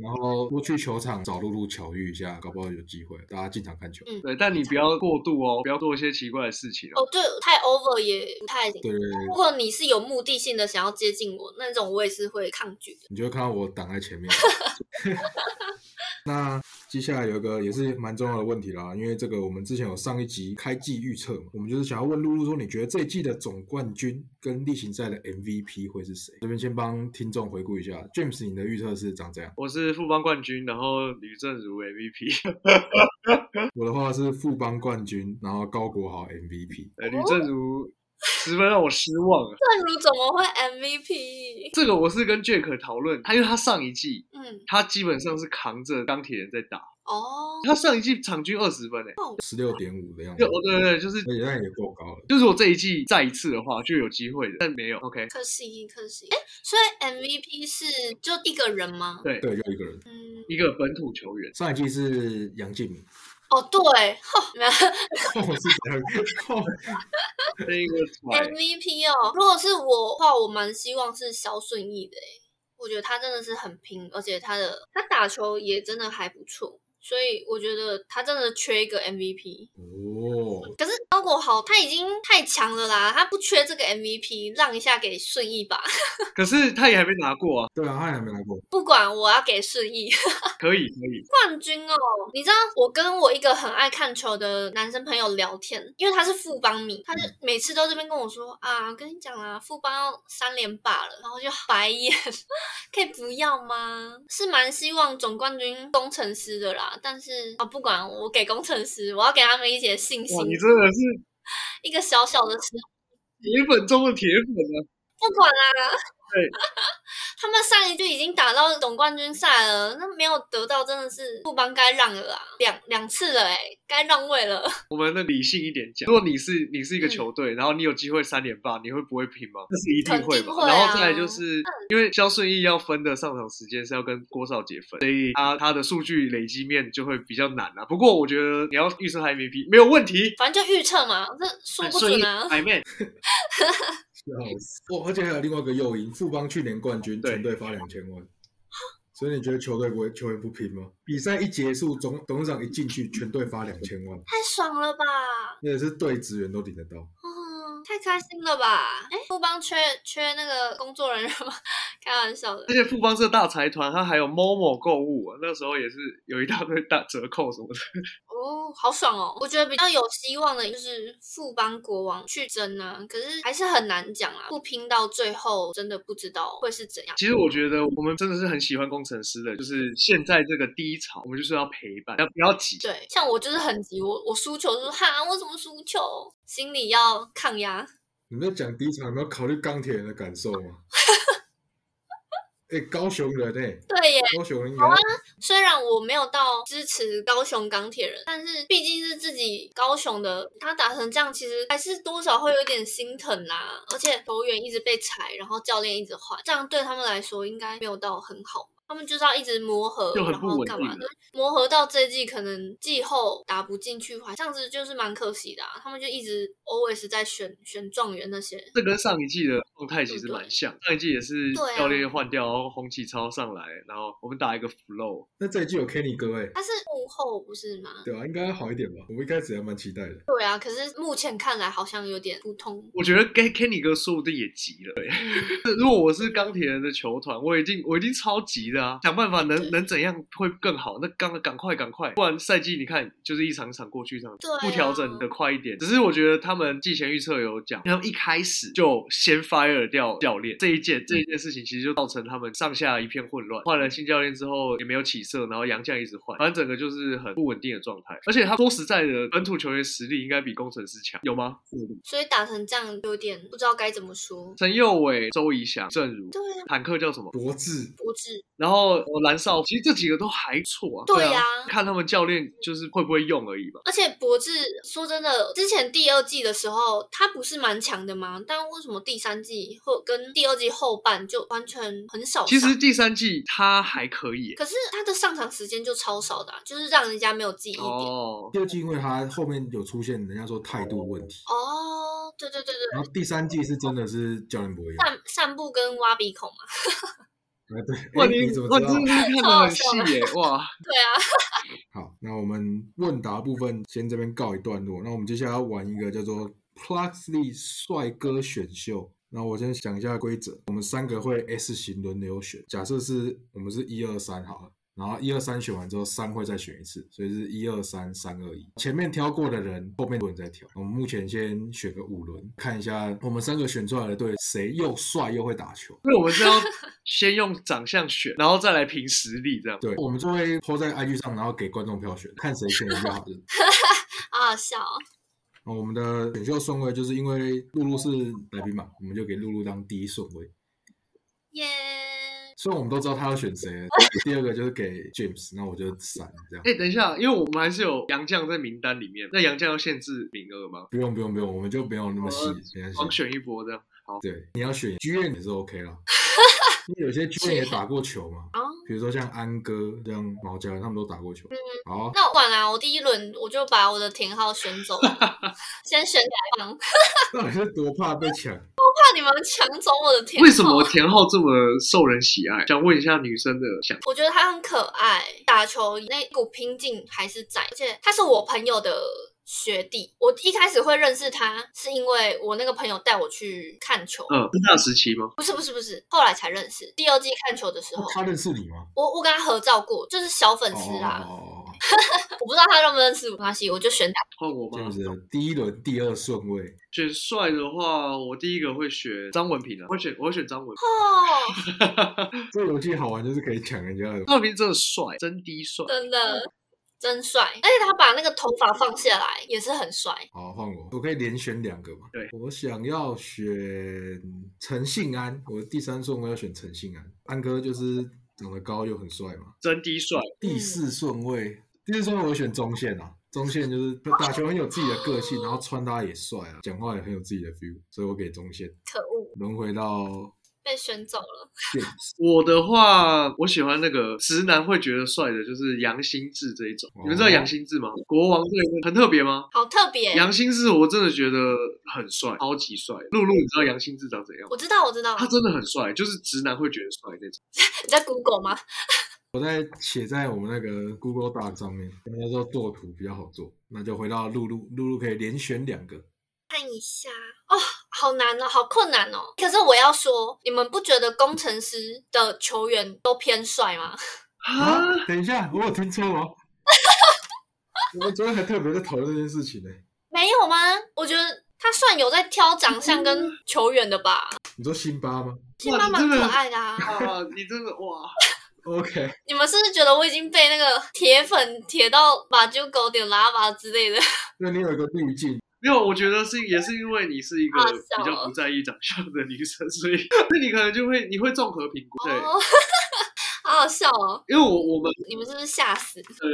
S1: 然后多去球场找露露巧遇一下，搞不好有机会大家进场看球。
S3: 嗯
S2: 对，但你不要过度哦，不要做一些奇怪的事情哦。
S3: 哦，对，太 over 也不太行。
S1: 对对对，
S3: 如果你是有目的性的想要接近我，那种我也是会抗拒的。
S1: 你就会看到我挡在前面。 [LAUGHS] 那接下来有一个也是蛮重要的问题啦，因为这个我们之前有上一集开季预测嘛，我们就是想要问露露说，你觉得这一季的总冠军跟例行赛的 MVP 会是谁？这边先帮听众回顾一下，James，你的预测是长这样，
S2: 我是富邦冠军，然后吕正如 MVP，
S3: 哦
S1: 我的话是富邦冠军，然后高国豪 MVP。
S2: 呃吕正如十分让我失望啊。
S3: 正如怎么会 MVP？
S2: 这个我是跟 Jack 讨论，他因为他上一季
S3: 嗯，
S2: 他基本上是扛着钢铁人在打，
S3: 哦，
S2: 他上一季场均二十分诶、
S1: 十六点五的样子
S2: 就，哦对对对，就是
S1: 而且那也够高了。
S2: 就是我这一季再一次的话就有机会的，但没有。OK，
S3: 可惜可惜。哎，所以 MVP 是就一个人吗？
S2: 对，
S1: 对，就一个人。
S3: 嗯，
S2: 一个本土
S1: [LAUGHS]
S2: 球员，
S1: 上一季是杨敬 [LAUGHS] 敏，
S3: 哦，对，吼没有
S1: 哦是这样，哦
S2: 那个帅
S3: MVP 哦。如果是我的话，我蛮希望是肖顺义的诶，我觉得他真的是很拼，而且他的他打球也真的还不错，所以我觉得他真的缺一个 MVP。
S1: 哦，
S3: 可是高国豪他已经太强了啦，他不缺这个 MVP，让一下给顺义吧。
S2: 可是他也还没拿过啊，
S1: 对啊，他也还没来过。
S3: 不管我要给顺义
S2: 可以可以，
S3: 冠军哦。你知道我跟我一个很爱看球的男生朋友聊天，因为他是富邦迷，他就每次都这边跟我说啊，跟你讲啦，富邦要三连霸了，然后就白眼， [LAUGHS] 可以不要吗？是蛮希望总冠军工程师的啦，但是啊、不管我给工程师，我要给他们一些信心
S2: 哇，，你真的是
S3: 一个小小的失
S2: 铁粉中的铁粉啊！
S3: 不管啦、
S2: 对
S3: [LAUGHS] 他们上一季已经打到总冠军赛了，那没有得到真的是不帮该让了啊，两两次了哎、该让位了。 [LAUGHS]
S2: 我们那理性一点讲，如果你是你是一个
S3: 嗯
S2: 球队，然后你有机会三连霸，你会不会拼吗？这是一
S3: 肯
S2: 定会
S3: 定
S2: 嘛。
S3: 会啊
S2: 然后再来就是因为肖顺义要分的上场时间是要跟郭少杰分，所以他他的数据累积面就会比较难啊。不过我觉得你要预测他 MVP 没有问题，哎
S3: 反正就预测嘛，这说不
S2: 顺义
S3: 准啊。
S2: I man
S1: 笑死！哦，而且还有另外一个诱因，富邦去年冠军，
S2: 对
S1: 全队发两千万。所以你觉得球队不会球员不拼吗？比赛一结束，总董事长一进去，全队发两千万，
S3: 太爽了吧！
S1: 那也是队职员都领得到。
S3: 嗯，太开心了吧！哎，不帮缺缺那个工作人员吗？ [LAUGHS] 开玩笑的
S2: 而。且富邦是个大财团，它还有 Momo 购物、啊，那时候也是有一大堆大折扣什么的。
S3: 哦，好爽哦！我觉得比较有希望的就是富邦国王去争啊，可是还是很难讲啊，不拼到最后真的不知道会是怎样。
S2: 其实我觉得我们真的是很喜欢工程师的，就是现在这个低潮，我们就是要陪伴，要不要急？
S3: 对，像我就是很急，我我输球就是哈，我怎么输球？心里要抗压。
S1: 你们在讲第一场有没有考虑钢铁人的感受 [LAUGHS] 吗？哎、高雄人哎、
S3: 对耶，
S1: 高雄人应该、
S3: 虽然我没有到支持高雄钢铁人，但是毕竟是自己高雄的，他打成这样，其实还是多少会有点心疼啦、而且球员一直被裁，然后教练一直换，这样对他们来说应该没有到很好。他们就是要一直磨合，
S2: 就很
S3: 然
S2: 不
S3: 后
S2: 稳
S3: 干嘛
S2: 定啊
S3: 的？磨合到这一季可能季后打不进去的话，这样子就是蛮可惜的、啊。他们就一直 always 在选选状元那些，
S2: 这跟上一季的状态其实蛮像，上一季也是
S3: 对啊
S2: 教练换掉，然后洪启超上来，然后我们打一个 flow，
S1: 那这一季有 Kenny 哥哎、
S3: 他是幕后不是吗？
S1: 对吧、啊应该好一点吧？我一开始还蛮期待的。
S3: 对啊，可是目前看来好像有点普通。
S2: 我觉得 Ken- Kenny 哥说不定也急了。对 [LAUGHS]
S3: 嗯 [LAUGHS]
S2: 如果我是钢铁人的球团，我已经我已经超级的，的啊，想办法能
S3: 对
S2: 能怎样会更好？那赶赶快赶快，不然赛季你看就是一场一场过去，一场
S3: 对啊
S2: 不调整的快一点。只是我觉得他们季前预测有讲，然后一开始就先 fire 掉教练这一
S3: 嗯
S2: 件这一件事情，其实就造成他们上下一片混乱。换了新教练之后也没有起色，然后杨将一直换，反正整个就是很不稳定的状态。而且他说实在的，本土球员实力应该比工程师强，有吗？
S3: 所以打成这样有点不知道该怎么说。
S2: 陈佑伟、周怡翔、郑如、
S3: 对啊，
S2: 坦克叫什么？
S1: 罗志
S3: 不治
S2: 然后呃蓝少，其实这几个都还不错啊。
S3: 对
S2: 啊
S3: 呀，
S2: 看他们教练就是会不会用而已吧。
S3: 而且博智说真的，之前第二季的时候他不是蛮强的吗？但为什么第三季或跟第二季后半就完全很少上？
S2: 其实第三季他还可以
S3: 可是他的上场时间就超少的啊、就是让人家没有记忆点。哦
S2: 哦，
S1: 第二季，因为他后面有出现人家说态度问题，
S3: 哦对对对对，
S1: 然后第三季是真的是教练不会用。
S3: 散散步跟挖鼻孔
S1: 哎，
S3: 嘛，
S1: 对，
S2: 哇
S1: 哎
S2: 你
S1: 怎么
S2: 哇
S1: 知道
S2: 你真？的是看得很细耶，哇，
S3: 对啊， [LAUGHS]
S1: 好，那我们问答部分先这边告一段落。那我们接下来要玩一个叫做 Pluxly 帅哥选秀。那我先讲一下规则，我们三个会 S 型轮流选。假设是我们是一二三好了，然后一二三选完之后，三会再选一次，所以是一二三三二一。前面挑过的人，后面轮再挑。我们目前先选个五轮，看一下我们三个选出来的队谁又帅又会打球。
S2: 所以我们是要先用长相选，然后再来凭实力这样。
S1: 对，我们就会 po 在 IG 上，然后给观众票选，看谁选的比较好的。
S3: 好好笑哦、
S1: 那我们的选秀顺位就是因为露露是来宾嘛，我们就给露露当第一顺位。
S3: 耶、
S1: 虽然我们都知道他要选谁了，第二个就是给 James，那我就闪这样。
S2: 哎，等一下，因为我们还是有杨将在名单里面，那杨将要限制名额吗？
S1: 不用不用不用，我们就没有那么细，没
S2: 狂
S1: 关系。
S2: 选一波这样。好，
S1: 对，你要选剧院也是 OK 啦，因为有些剧院也打过球嘛，
S3: 哦
S1: 比如说像安哥、像毛家人他们都打过球。好，
S3: 那我管啦、我第一轮我就把我的田浩选走了，
S2: [LAUGHS]
S3: 先选来放，
S1: 到底是多怕被抢？
S3: 怕你们抢走我的田浩。
S2: 为什么田浩这么受人喜爱？想问一下女生的想，
S3: 我觉得他很可爱，打球那股拼劲还是在，而且他是我朋友的学弟。我一开始会认识他，是因为我那个朋友带我去看球，
S2: 嗯，那时期吗？
S3: 不是不是不是，后来才认识。第二季看球的时
S2: 哦
S3: 候，
S1: 他认识你吗？
S3: 我我跟他合照过，就是小粉丝啊，
S1: 哦哦哦哦
S3: 我不知道他认不认识，没关系，我就选他。
S2: 换我
S1: 这
S2: 吗
S1: 样？子，第一轮第二顺位，
S2: 选帅的话，我第一个会选张文平啊，我会选我会选张文平。
S3: 哦，
S1: 这游戏好玩就是可以抢人家的。
S2: 张文平真的帅，真的帅。
S3: 真的。真帅，而且他把那个头发放下来也是很帅。
S1: 好，换我，我可以连选两个嘛？
S2: 对
S1: 我想要选陈信安，我的第三顺位要选陈信安，安哥就是长得高又很帅嘛。
S2: 真的帅，
S1: 第四顺位，第四顺位我选中线啊，中线就是打球很有自己的个性，然后穿搭也帅啊，讲话也很有自己的 feel，所以我给中线。
S3: 可恶，
S1: 轮回到
S3: 被选走了。
S1: James，
S2: 我的话，我喜欢那个直男会觉得帅的，就是杨新志这一种。
S1: 哦
S2: 你们知道杨新志吗？国王队很特别吗？
S3: 好特别。
S2: 杨新志我真的觉得很帅，超级帅。露露，你知道杨新志长怎样吗？
S3: 我知道，我知道。
S2: 他真的很帅，就是直男会觉得帅那种。
S3: 你在 Google 吗？
S1: 我在写在我们那个 Google Doc 上面，人家说做图比较好做，那就回到露露，露露可以连选两个。
S3: 看一下哦，好难哦，好困难哦。可是我要说，你们不觉得工程师的球员都偏帅吗？ [LAUGHS]
S2: 啊，
S1: 等一下，我有听错吗？我们昨天还特别在讨论这件事情呢、
S3: 没有吗？我觉得他算有在挑长相跟球员的吧，
S1: 你说辛巴吗
S3: 辛巴蛮可爱的啊。
S2: 啊，你真的哇！
S1: ？OK，
S3: 你们是不是觉得我已经被那个铁粉铁到把就狗点拉吧啊之类的？
S1: 那你有一个滤镜，
S2: 没有，我觉得是也是因为你是一个
S3: 啊
S2: 比较不在意长相的女生，所以 [LAUGHS] 那你可能就会你会综合评估。
S3: [LAUGHS]
S2: 对，
S3: 哦，好好笑哦！
S2: 因为我我们
S3: 你们是不是吓死？
S2: 呃，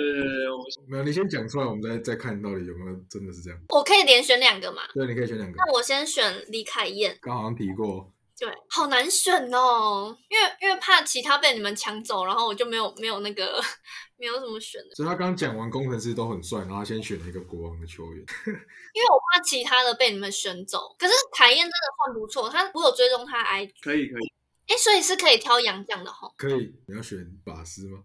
S2: 我
S1: 没有，你先讲出来，我们再再看到底有没有真的是这样。
S3: 我可以连选两个嘛？
S1: 对，你可以选两个。
S3: 那我先选李凯燕，
S1: 刚好像提过，
S3: 对，好难选哦，因为因为怕其他被你们抢走，然后我就没有没有那个 [LAUGHS] 没有怎么选的，
S1: 所以他刚讲完工程师都很帅，然后他先选了一个国王的球员。
S3: 因为我怕其他的被你们选走。可是凯燕真的算不错，他我有追踪他 IG，
S2: 呃可以可以，
S3: 哎，所以是可以挑洋将的吼。
S1: 可以，你要选法师吗？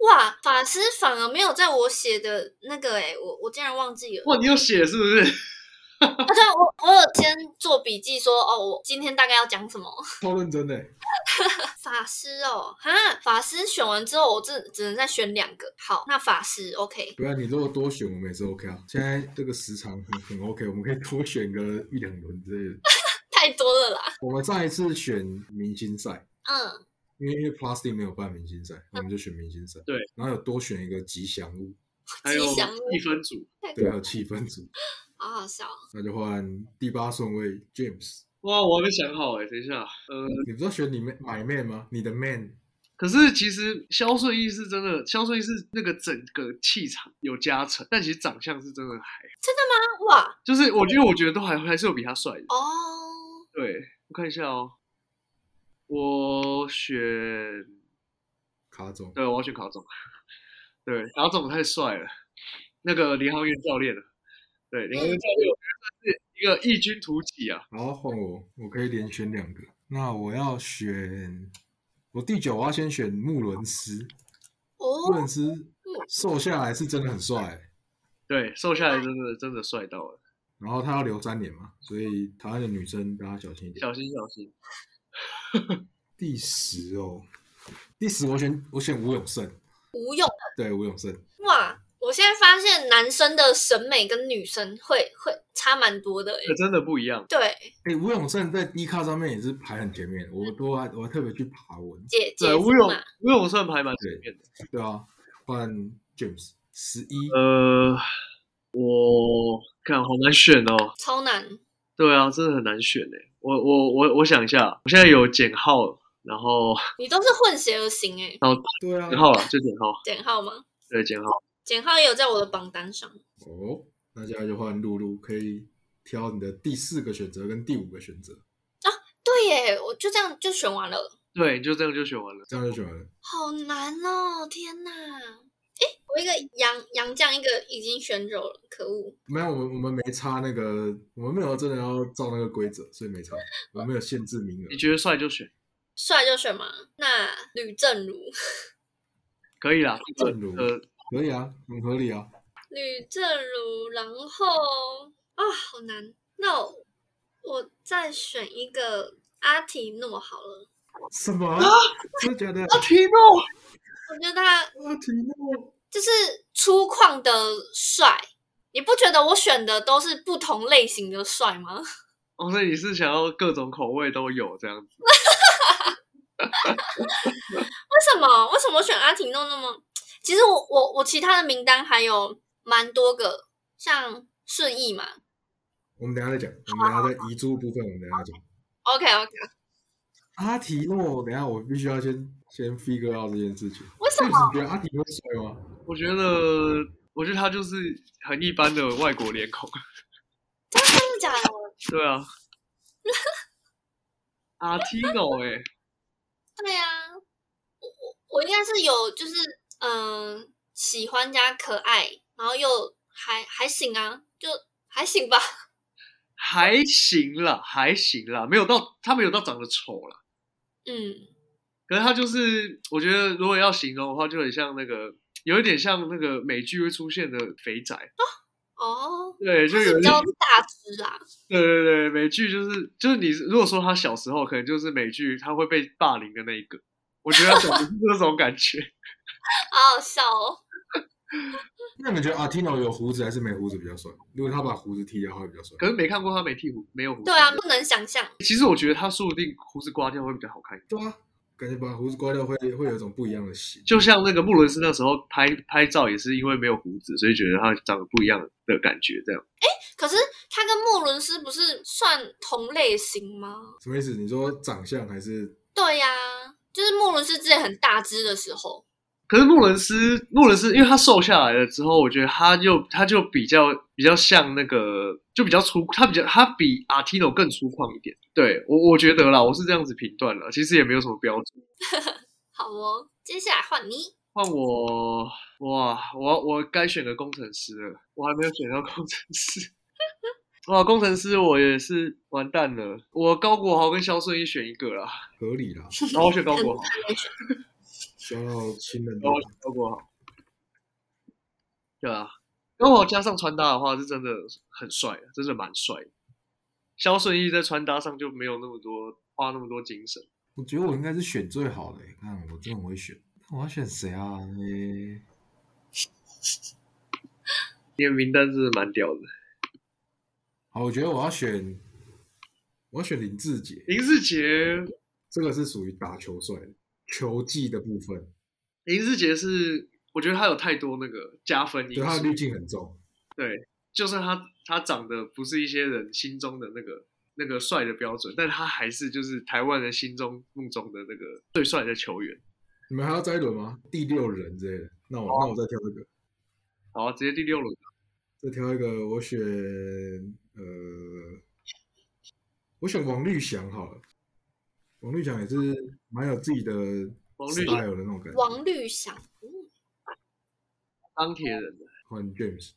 S3: 哇，法师反而没有在我写的那个哎，我我竟然忘记了。
S2: 哇，你有写是不是？
S3: 啊，对，我我有先做笔记说哦，我今天大概要讲什么。 [LAUGHS]
S1: 超认真的、
S3: 法法师哦，哈，法师选完之后，我只只能再选两个。好，那法师 OK，
S1: 对啊，你如果多选，我们也是 OK 啊。现在这个时长很很 OK，我们可以多选个一两轮之类的。
S3: 太多了啦。
S1: 我们上一次选明星赛，
S3: 嗯，
S1: 因为因为 Plastic 没有办明星赛，我们就选明星赛。
S2: 对，
S1: 然后有多选一个吉祥物，
S2: 还有
S3: 吉祥物
S2: 一分组，
S1: 对，还有气氛组，
S3: 好好笑哦。
S1: 那就换第八顺位 James。
S2: 哇，我还没想好哎、等一下，呃，
S1: 你不是要选你 man my man 吗？你的 man
S2: 可是其实肖顺义是真的，肖顺义是那个整个气场有加成，但其实长相是真的还，
S3: 啊哇
S2: 就是我觉得我觉得都还还是有比他帅的。
S3: 哦，
S2: 对，我看一下哦，我选，
S1: 卡总，
S2: 对，我要选卡总， [LAUGHS] 对，卡总太帅了，那个林航员教练了，对，林航员教练我觉得算是一个异军突起啊，
S1: 好，换我，我可以连选两个。那我要选，我第九我要先选穆伦斯。穆
S3: 哦
S1: 伦斯瘦下来是真的很帅、
S2: 对，瘦下来真的真的帅到了，
S1: 然后他要留三年嘛，所以台湾的女生大家小心一点。
S2: 小心小心，
S1: 第十哦，第十我选我选吴永胜，
S3: 吴用
S1: 对吴永胜，
S3: 哇！我现在发现男生的审美跟女生会会差蛮多的诶、欸
S2: 可真的不一样，
S3: 对，
S1: 哎，吴永胜在 D 卡上面也是排很前面，我都还我还特别去爬文，
S3: 姐姐
S2: 对，吴
S3: 夫
S2: 勇
S3: 嘛，
S2: 吴勇算排蛮前面的，
S1: 对啊，换 James 十一，
S2: 呃，我看好难选哦，
S3: 超难。
S2: 对啊，真的很难选哎。我我我我想一下，我现在有减号，然后
S3: 你都是混血而行诶、
S1: 对啊，
S2: 减号了，就减号，
S3: 简浩吗？
S2: 对减号。
S3: 简浩也有在我的榜单上。
S1: 哦，那接下来就换露露，可以挑你的第四个选择跟第五个选择，
S3: 对耶，我就这样就选完了，
S2: 对，你就这样就选完了。
S1: 这样就选完了。
S3: 好难哦！天哪，诶，我一个杨杨绛，一个已经选走了，可恶！
S1: 没有，我们我们没差那个，我们没有真的要照那个规则，所以没差，我们没有限制名额
S2: 你。觉得帅就选，
S3: 帅就选嘛，那吕正如，
S2: 可以啦。
S1: 正如
S2: 呃，
S1: 可以啊，很合理啊。
S3: 吕正如，然后啊，好难。那我我再选一个阿提诺好了，
S1: 什么？真的假的？
S2: 阿提诺，
S3: 我觉得他
S1: 阿提诺，
S3: 就是粗犷的帅，你不觉得我选的都是不同类型的帅吗？ [LAUGHS]
S2: 哦，所以你是想要各种口味都有这样子？
S3: 为什么？为什么我选阿提诺那么？其实我我我其他的名单还有蛮多个，像顺义嘛。
S1: 我们等一下再讲，我们等一下在遗珠部分，我们等一下讲。
S3: OK OK，
S1: 阿提诺，等一下我必须要先先 figure out 这件事情。
S3: 为什
S1: 你
S3: 么？
S1: 觉得阿提诺帅吗？
S2: 我觉得，我觉得他就是很一般的外国脸孔。
S3: 真的真的假的？
S2: 对啊，阿提诺哎，
S3: 对呀、我我我应该是有就是嗯、呃喜欢加可爱，然后又还还行啊，就还行吧。
S2: 还行啦，还行啦，没有到他没有到长得丑啦。
S3: 嗯，
S2: 可是他就是，我觉得如果要形容的话，就很像那个，有一点像那个美剧会出现的肥宅，
S3: 哦，
S2: 对，就有
S3: 比
S2: 一
S3: 较
S2: 点，
S3: 大只啦。
S2: 对对对，美剧就是就是你如果说他小时候，可能就是美剧他会被霸凌的那一个，我觉得他可能是这种感觉， [LAUGHS]
S3: 好好笑哦！
S1: 那你们觉得阿提诺有胡子还是没胡子比较帅？如果他把胡子剃掉，会比较帅。
S2: 可是没看过他没剃胡，没有胡子，
S3: 对啊，，不能想象。
S2: 其实我觉得他说不定胡子刮掉会比较好看，
S1: 对啊，感觉把胡子刮掉会会有一种不一样的型。
S2: 就像那个穆伦斯那时候拍拍照也是因为没有胡子，所以觉得他长得不一样的感觉，这样
S3: 可是他跟莫伦斯不是算同类型吗？
S1: 什么意思？你说长相还是
S3: 对呀、就是莫伦斯之前很大只的时候，
S2: 可是穆伦斯，穆伦斯，因为他瘦下来了之后，我觉得他就他就比较比较像那个，就比较粗，他比较他比阿提诺更粗犷一点。对我我觉得啦，我是这样子评断了，其实也没有什么标准。
S3: 好哦。接下来换你，
S2: 换我，哇，我我该选个工程师了，我还没有选到工程师。 [LAUGHS] 哇，工程师我也是完蛋了，我高国豪跟肖顺义选一个啦，
S1: 合理啦？
S2: 然后我选高国豪，
S1: 需要亲人的
S2: 然后我选高国豪。对啊，刚好加上穿搭的话，是真的很帅，真的蛮帅的。肖顺义在穿搭上就没有那么多花那么多精神，
S1: 我觉得我应该是选最好的、欸，看我真的很会选。我要选谁啊？诶
S2: 你的名单真的蛮屌的。
S1: 好，我觉得我要选，我要选林志杰，
S2: 林志杰，
S1: 这个是属于打球帅的球技的部分，
S2: 林志杰是我觉得他有太多那个加分因
S1: 对他的
S2: 素，
S1: 滤镜很重。
S2: 对，就算他他长得不是一些人心中的那个那个帅的标准，但他还是就是台湾人心中目中的那个最帅的球员。
S1: 你们还要再一轮吗？第六人之类的。那我那我再挑一个，
S2: 好、啊，直接第六轮，
S1: 再挑一个，我选呃，我选王绿翔好了。王绿翔也是蛮有自己的
S2: 王绿翔
S1: style 的那种感觉。
S3: 王绿翔，嗯
S2: 钢铁人的。
S1: 换 James，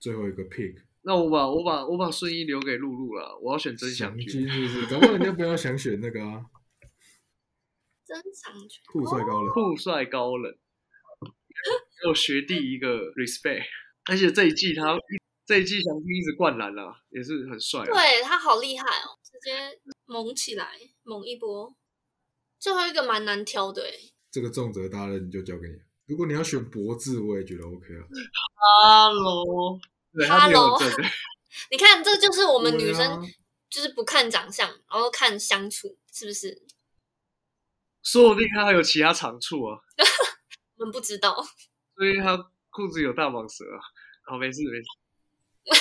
S1: 最后一个 pick。
S2: 那我把我把我把顺义留给露露了，我要选曾祥
S1: 祥
S2: 军。
S1: 军是不是？搞不好人家不要想选那个啊，
S3: 真长全
S1: 酷帅高冷。
S2: 酷帅高冷，给我学弟一个 respect。而且这一季他这一季祥军一直灌篮啦、也是很帅、啊。
S3: 对他好厉害哦，直接猛起来，猛一波。最后一个蛮难挑的欸诶，
S1: 这个重责大任就交给你。如果你要选博智，我也觉得 OK 啊。
S2: Hello，对 [LAUGHS] 他没有
S3: Hello
S2: 真的，
S3: 你看，这就是我们女
S1: 对啊
S3: 生就是不看长相，然后看相处，是不是？
S2: 说不定他还有其他长处啊，
S3: 我们不知道。 [LAUGHS]
S2: 所以他裤子有大蟒蛇啊。好，没事没事，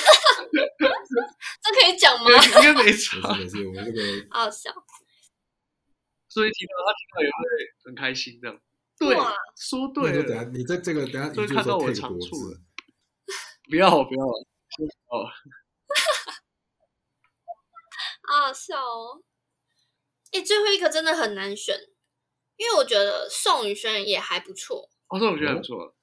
S3: 这可以讲吗？ [LAUGHS]
S2: [LAUGHS] 应该没
S1: 没
S2: 差。
S1: 事没事，我们
S2: [LAUGHS]
S1: 这个
S3: 好笑，
S2: 所以听到他听到也会很开心这样。对
S3: 哇，
S2: 说
S1: 那
S2: 对
S1: 你就等下
S2: 了，
S1: 你在这个等下
S2: 所
S1: 你
S2: 以
S1: 就
S2: 看
S1: 说
S2: 到我的
S1: take
S2: 长
S1: 博
S2: 处了
S1: 智，
S2: 不要不要哦，
S3: 好好笑哦。哎、最后一个真的很难选，因为我觉得宋雨轩也还不错，
S2: 哦，这我觉得还不错。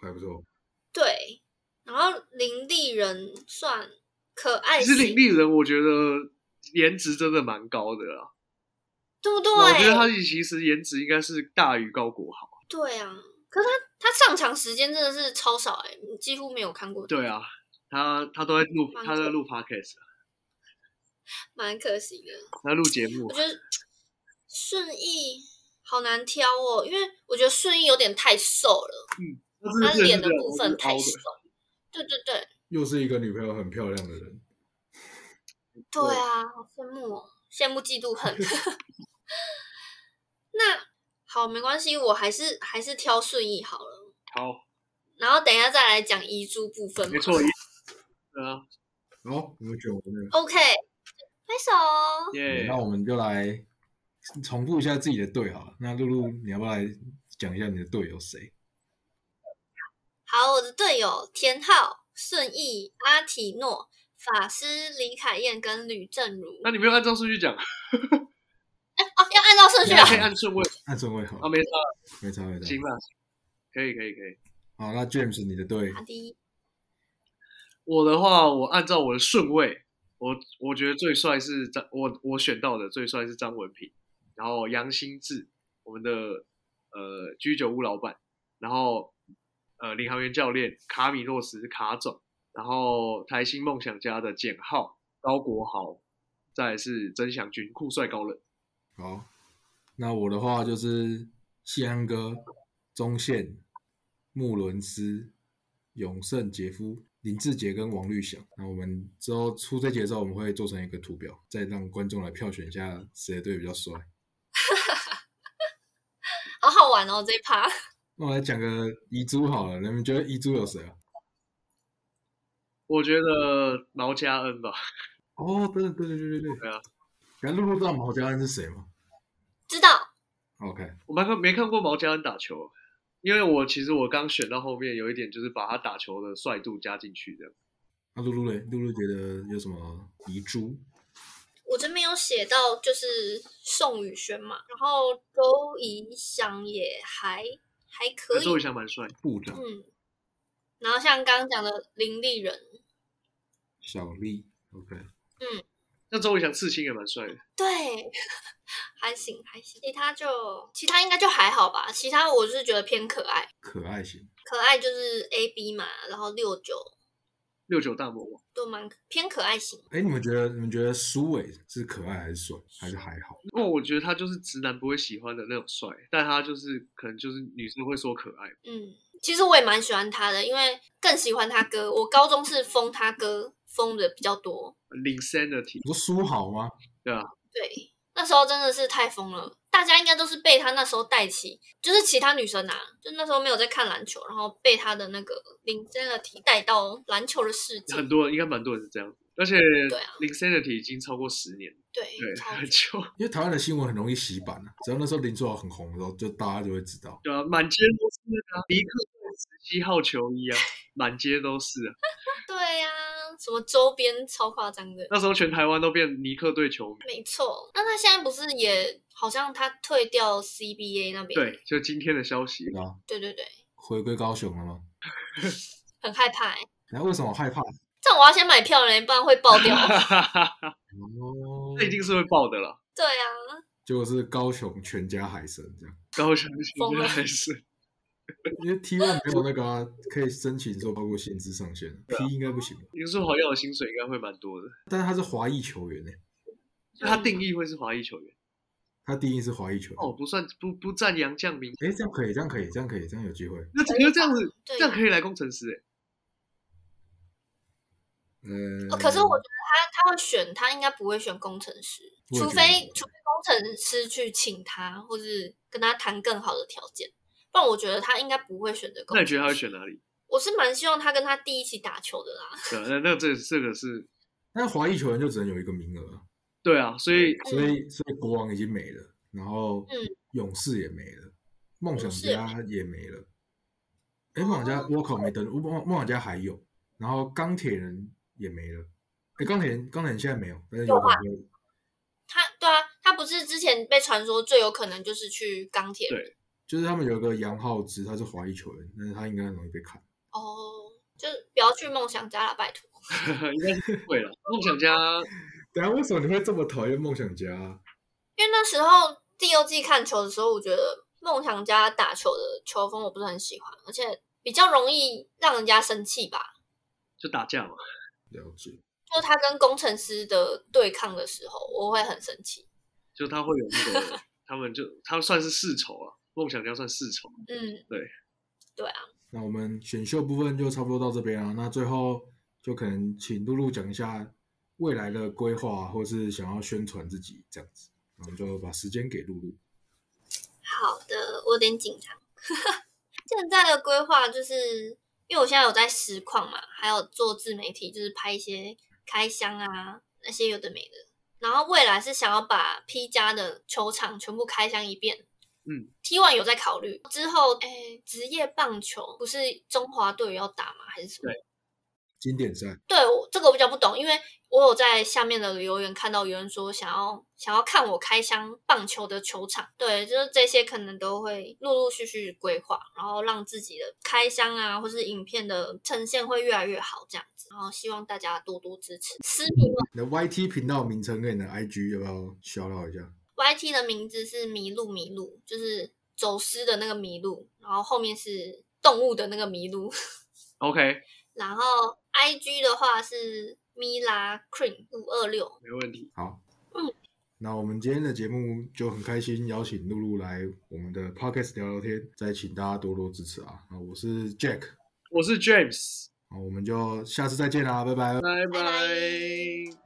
S1: 还不错。
S3: 对。然后林立人算可爱
S2: 其
S3: 型，
S2: 实领力人，我觉得颜值真的蛮高的啦。
S3: 对不
S2: 我觉得他
S3: 对？
S2: 其实颜值应该是大于高国豪。
S3: 对啊，可是他他上场时间真的是超少哎、你几乎没有看过他，
S2: 对啊，他他都在录，
S3: 蛮
S2: 他在
S3: 可
S2: 录 podcast，
S3: 蛮可惜的。
S2: 他在录节目
S3: 我。觉得顺义好难挑哦，因为我觉得顺义有点太瘦了，
S2: 他
S3: 他
S2: 是
S3: 脸的部分太
S2: 凹
S3: 瘦
S2: 的。。
S3: 对对对，
S1: 又是一个女朋友很漂亮的人，
S3: 对啊，好羡慕哦，羡慕嫉妒
S2: [LAUGHS]
S3: 恨。那好，没关系，我还是还是挑顺义好了。
S2: 好，
S3: 然后等一下再来讲遗珠部分嘛。
S2: 没错。对啊，
S1: 好，我们选我们的。
S3: OK，拍手哦。
S1: 对
S2: 耶
S1: 那！我们就来重复一下自己的队好了。那露露，你要不要来讲一下你的队有谁？
S3: 好，我的队友田浩、顺义、阿提诺、法师李凯燕跟吕正如。 [LAUGHS]
S2: 那你没有按照顺序讲，啊
S3: 哎、哦，要按照顺序
S2: 你
S3: 啊
S1: 对。
S2: 可以按顺位
S1: 按顺位好
S2: 啊，，没差，
S1: 没差没差
S2: 行。吧，可以可以可以。
S1: 好，那 James 你的队
S3: 好的，
S2: 我的话，我按照我的顺位，我我觉得最帅是张，我我选到的最帅是张文平，然后杨兴志，我们的呃居酒屋老板，然后呃领航员教练卡米诺斯卡总，然后台新梦想家的简浩高国豪，再来是曾祥军酷帅高冷，
S1: 好。那我的话就是西安哥、中线、穆伦斯、永胜、杰夫、林志杰跟王绿翔。那我们之后出这节的时候，我们会做成一个图表，再让观众来票选一下谁的队比较帅。
S3: 好好玩哦这一趴。
S1: 那我来讲个遗珠好了，你们觉得遗珠有谁啊？
S2: 我觉得毛家恩吧，
S1: 哦，对对对对对对，
S2: 对啊。
S1: 然后露露知道毛家恩是谁吗
S3: 知道，
S1: ？OK，
S2: 我没看没看过毛家恩打球，因为我其实我刚选到后面有一点就是把他打球的帅度加进去这样。
S1: 那露露嘞？露露觉得有什么遗珠？
S3: 我这边有写到就是宋雨轩嘛，然后周怡翔也还还可
S2: 周
S3: 以
S2: 宇，翔蛮帅，
S1: 部长
S3: 嗯。然后像刚刚讲的林立人，
S1: 小丽，OK，
S2: 那周宇翔刺青也蛮帅的。
S3: 对， [LAUGHS] 还行还行。其他就其他应该就还好吧，其他我是觉得偏可爱，
S1: 可爱型。
S3: 可爱就是 A B 嘛，然后六九
S2: 六九大魔王，
S3: 都蛮偏可爱型。
S1: 哎，你们觉得你们觉得苏伟是可爱还是帅，还是还好？
S2: 因为我觉得他就是直男不会喜欢的那种帅，但他就是可能就是女生会说可爱。
S3: 嗯，其实我也蛮喜欢他的，因为更喜欢他歌。我高中是疯他歌，疯的比较多。
S2: Insanity，
S1: 你说苏好吗？
S3: 对，那时候真的是太疯了，大家应该都是被他那时候带起，就是其他女生啊，就那时候没有在看篮球，然后被他的那个 Insanity 带到篮球的世界。
S2: 很多人应该蛮多人是这样，而且
S3: 对啊
S2: Insanity 已经超过十年了，
S3: 对，
S2: 对，
S3: 超
S2: 很
S3: 级
S2: 久。
S1: 因为台湾的新闻很容易洗版啊，只要那时候林书豪很红的时候，就大家就会知道。
S2: 对啊，满街都是啊，尼克队十七号球
S3: [LAUGHS]
S2: 衣啊，满街都是啊。
S3: 对呀、什么周边超夸张的。
S2: 那时候全台湾都变尼克队球迷，
S3: 没错，那他现在不是也好像他退掉 CBA 那边？
S2: 对，就今天的消息 [LAUGHS]
S1: 对，吧？
S3: 对对对
S1: 回归高雄了吗？
S3: 很害怕、欸。
S1: 然后为什么害怕？
S3: 这样我要先买票嘞，不然会爆
S2: [LAUGHS]
S3: 掉。啊
S1: 哦
S2: 这一定是会爆的啦。
S3: 对啊，
S1: 结果是高雄全家海参这样，
S2: 高雄现
S3: 疯
S2: 在
S3: 了
S2: 还是
S1: 因为 T one 没有那个啊，可以申请说包括薪资上限，P 应该不行吧。
S2: 林书豪要的薪水应该会蛮多的，
S1: 但是他是华裔球员呢、
S2: 就他定义会是华裔球员
S1: 他定义是华裔球员。
S2: 哦，不算不不占洋将名，
S1: 哎、这样可以，这样可以，这样可以，这样有机会。
S2: 那整个这样子，
S3: 对啊
S2: 这样可以来工程师哎、
S1: 嗯、
S3: 哦可是我觉得他他会选，他应该不会选工程师，
S1: 我也
S3: 除
S1: 觉得
S3: 非除非工程师去请他，或是跟他谈更好的条件。不然我觉得他应该不会选择工
S2: 欸那你
S3: 程师。
S2: 觉得他会选哪里？
S3: 我是蛮希望他跟他弟一起打球的啦。
S2: 对啊，那那这这个是
S1: 但是华裔球员就只能有一个名额啊，
S2: 对啊，所以
S3: 嗯
S1: 所以所以国王已经没了，然后
S3: 嗯
S1: 勇士也没了，梦想
S3: 勇士也
S1: 家也没了。哎、梦想家
S3: 哦
S1: w a l 没登，梦梦梦想家还有，然后钢铁人也没了。哎、钢铁人钢铁人现在没有，但是有
S3: 有
S1: 可能会
S3: 他对啊，他不是之前被传说最有可能就是去钢铁人
S2: 对
S1: 就是他们有一个杨浩之，他是华裔球员，但是他应该很容易被砍。
S3: 哦，就是不要去梦想家了，拜托。
S2: [LAUGHS] 应该是不会了。梦想家
S1: 等一下为什么你会这么讨厌梦想家啊？
S3: 因为那时候第二季看球的时候，我觉得梦想家打球的球风我不是很喜欢，而且比较容易让人家生气吧。
S2: 就打架嘛，
S1: 了解，
S3: 就他跟工程师的对抗的时候，我会很生气。
S2: 就他会有那个，他们就他算是世仇啊，梦想家算世仇。
S3: 嗯，
S2: 对，
S3: 对啊，
S1: 那我们选秀部分就差不多到这边啊。那最后就可能请露露讲一下未来的规划，啊或是想要宣传自己这样子。然后就把时间给露露。
S3: 好的，我有点紧张。 [LAUGHS] 现在的规划就是，因为我现在有在实况嘛，还有做自媒体，就是拍一些开箱啊那些有的没的。然后未来是想要把 P 加的球场全部开箱一遍。
S2: 嗯
S3: ，T one 有在考虑之后，诶，职业棒球不是中华队要打吗？还是什么？
S1: 经典赛，
S3: 对，我这个我比较不懂，因为我有在下面的留言看到有人说想要想要看我开箱棒球的球场，对，就是这些可能都会陆陆续续规划，然后让自己的开箱啊，或是影片的呈现会越来越好这样子，然后希望大家多多支持。私密问
S1: 你的 YT 频道名称跟你的 IG 要不要小聊一下？
S3: YT 的名字是麋鹿，麋鹿就是走失的那个麋鹿，然后后面是动物的那个麋鹿。 [LAUGHS]
S2: OK，
S3: 然后 IG 的话是 Mila Cream 五二六，
S2: 没问题。
S1: 好，
S3: 嗯，
S1: 那我们今天的节目就很开心，邀请露露来我们的 Podcast 聊聊天，再请大家多多支持啊！啊，我是 Jack，
S2: 我是 James，
S1: 啊，我们就下次再见啦，拜拜。
S2: 拜
S3: 拜
S2: 拜。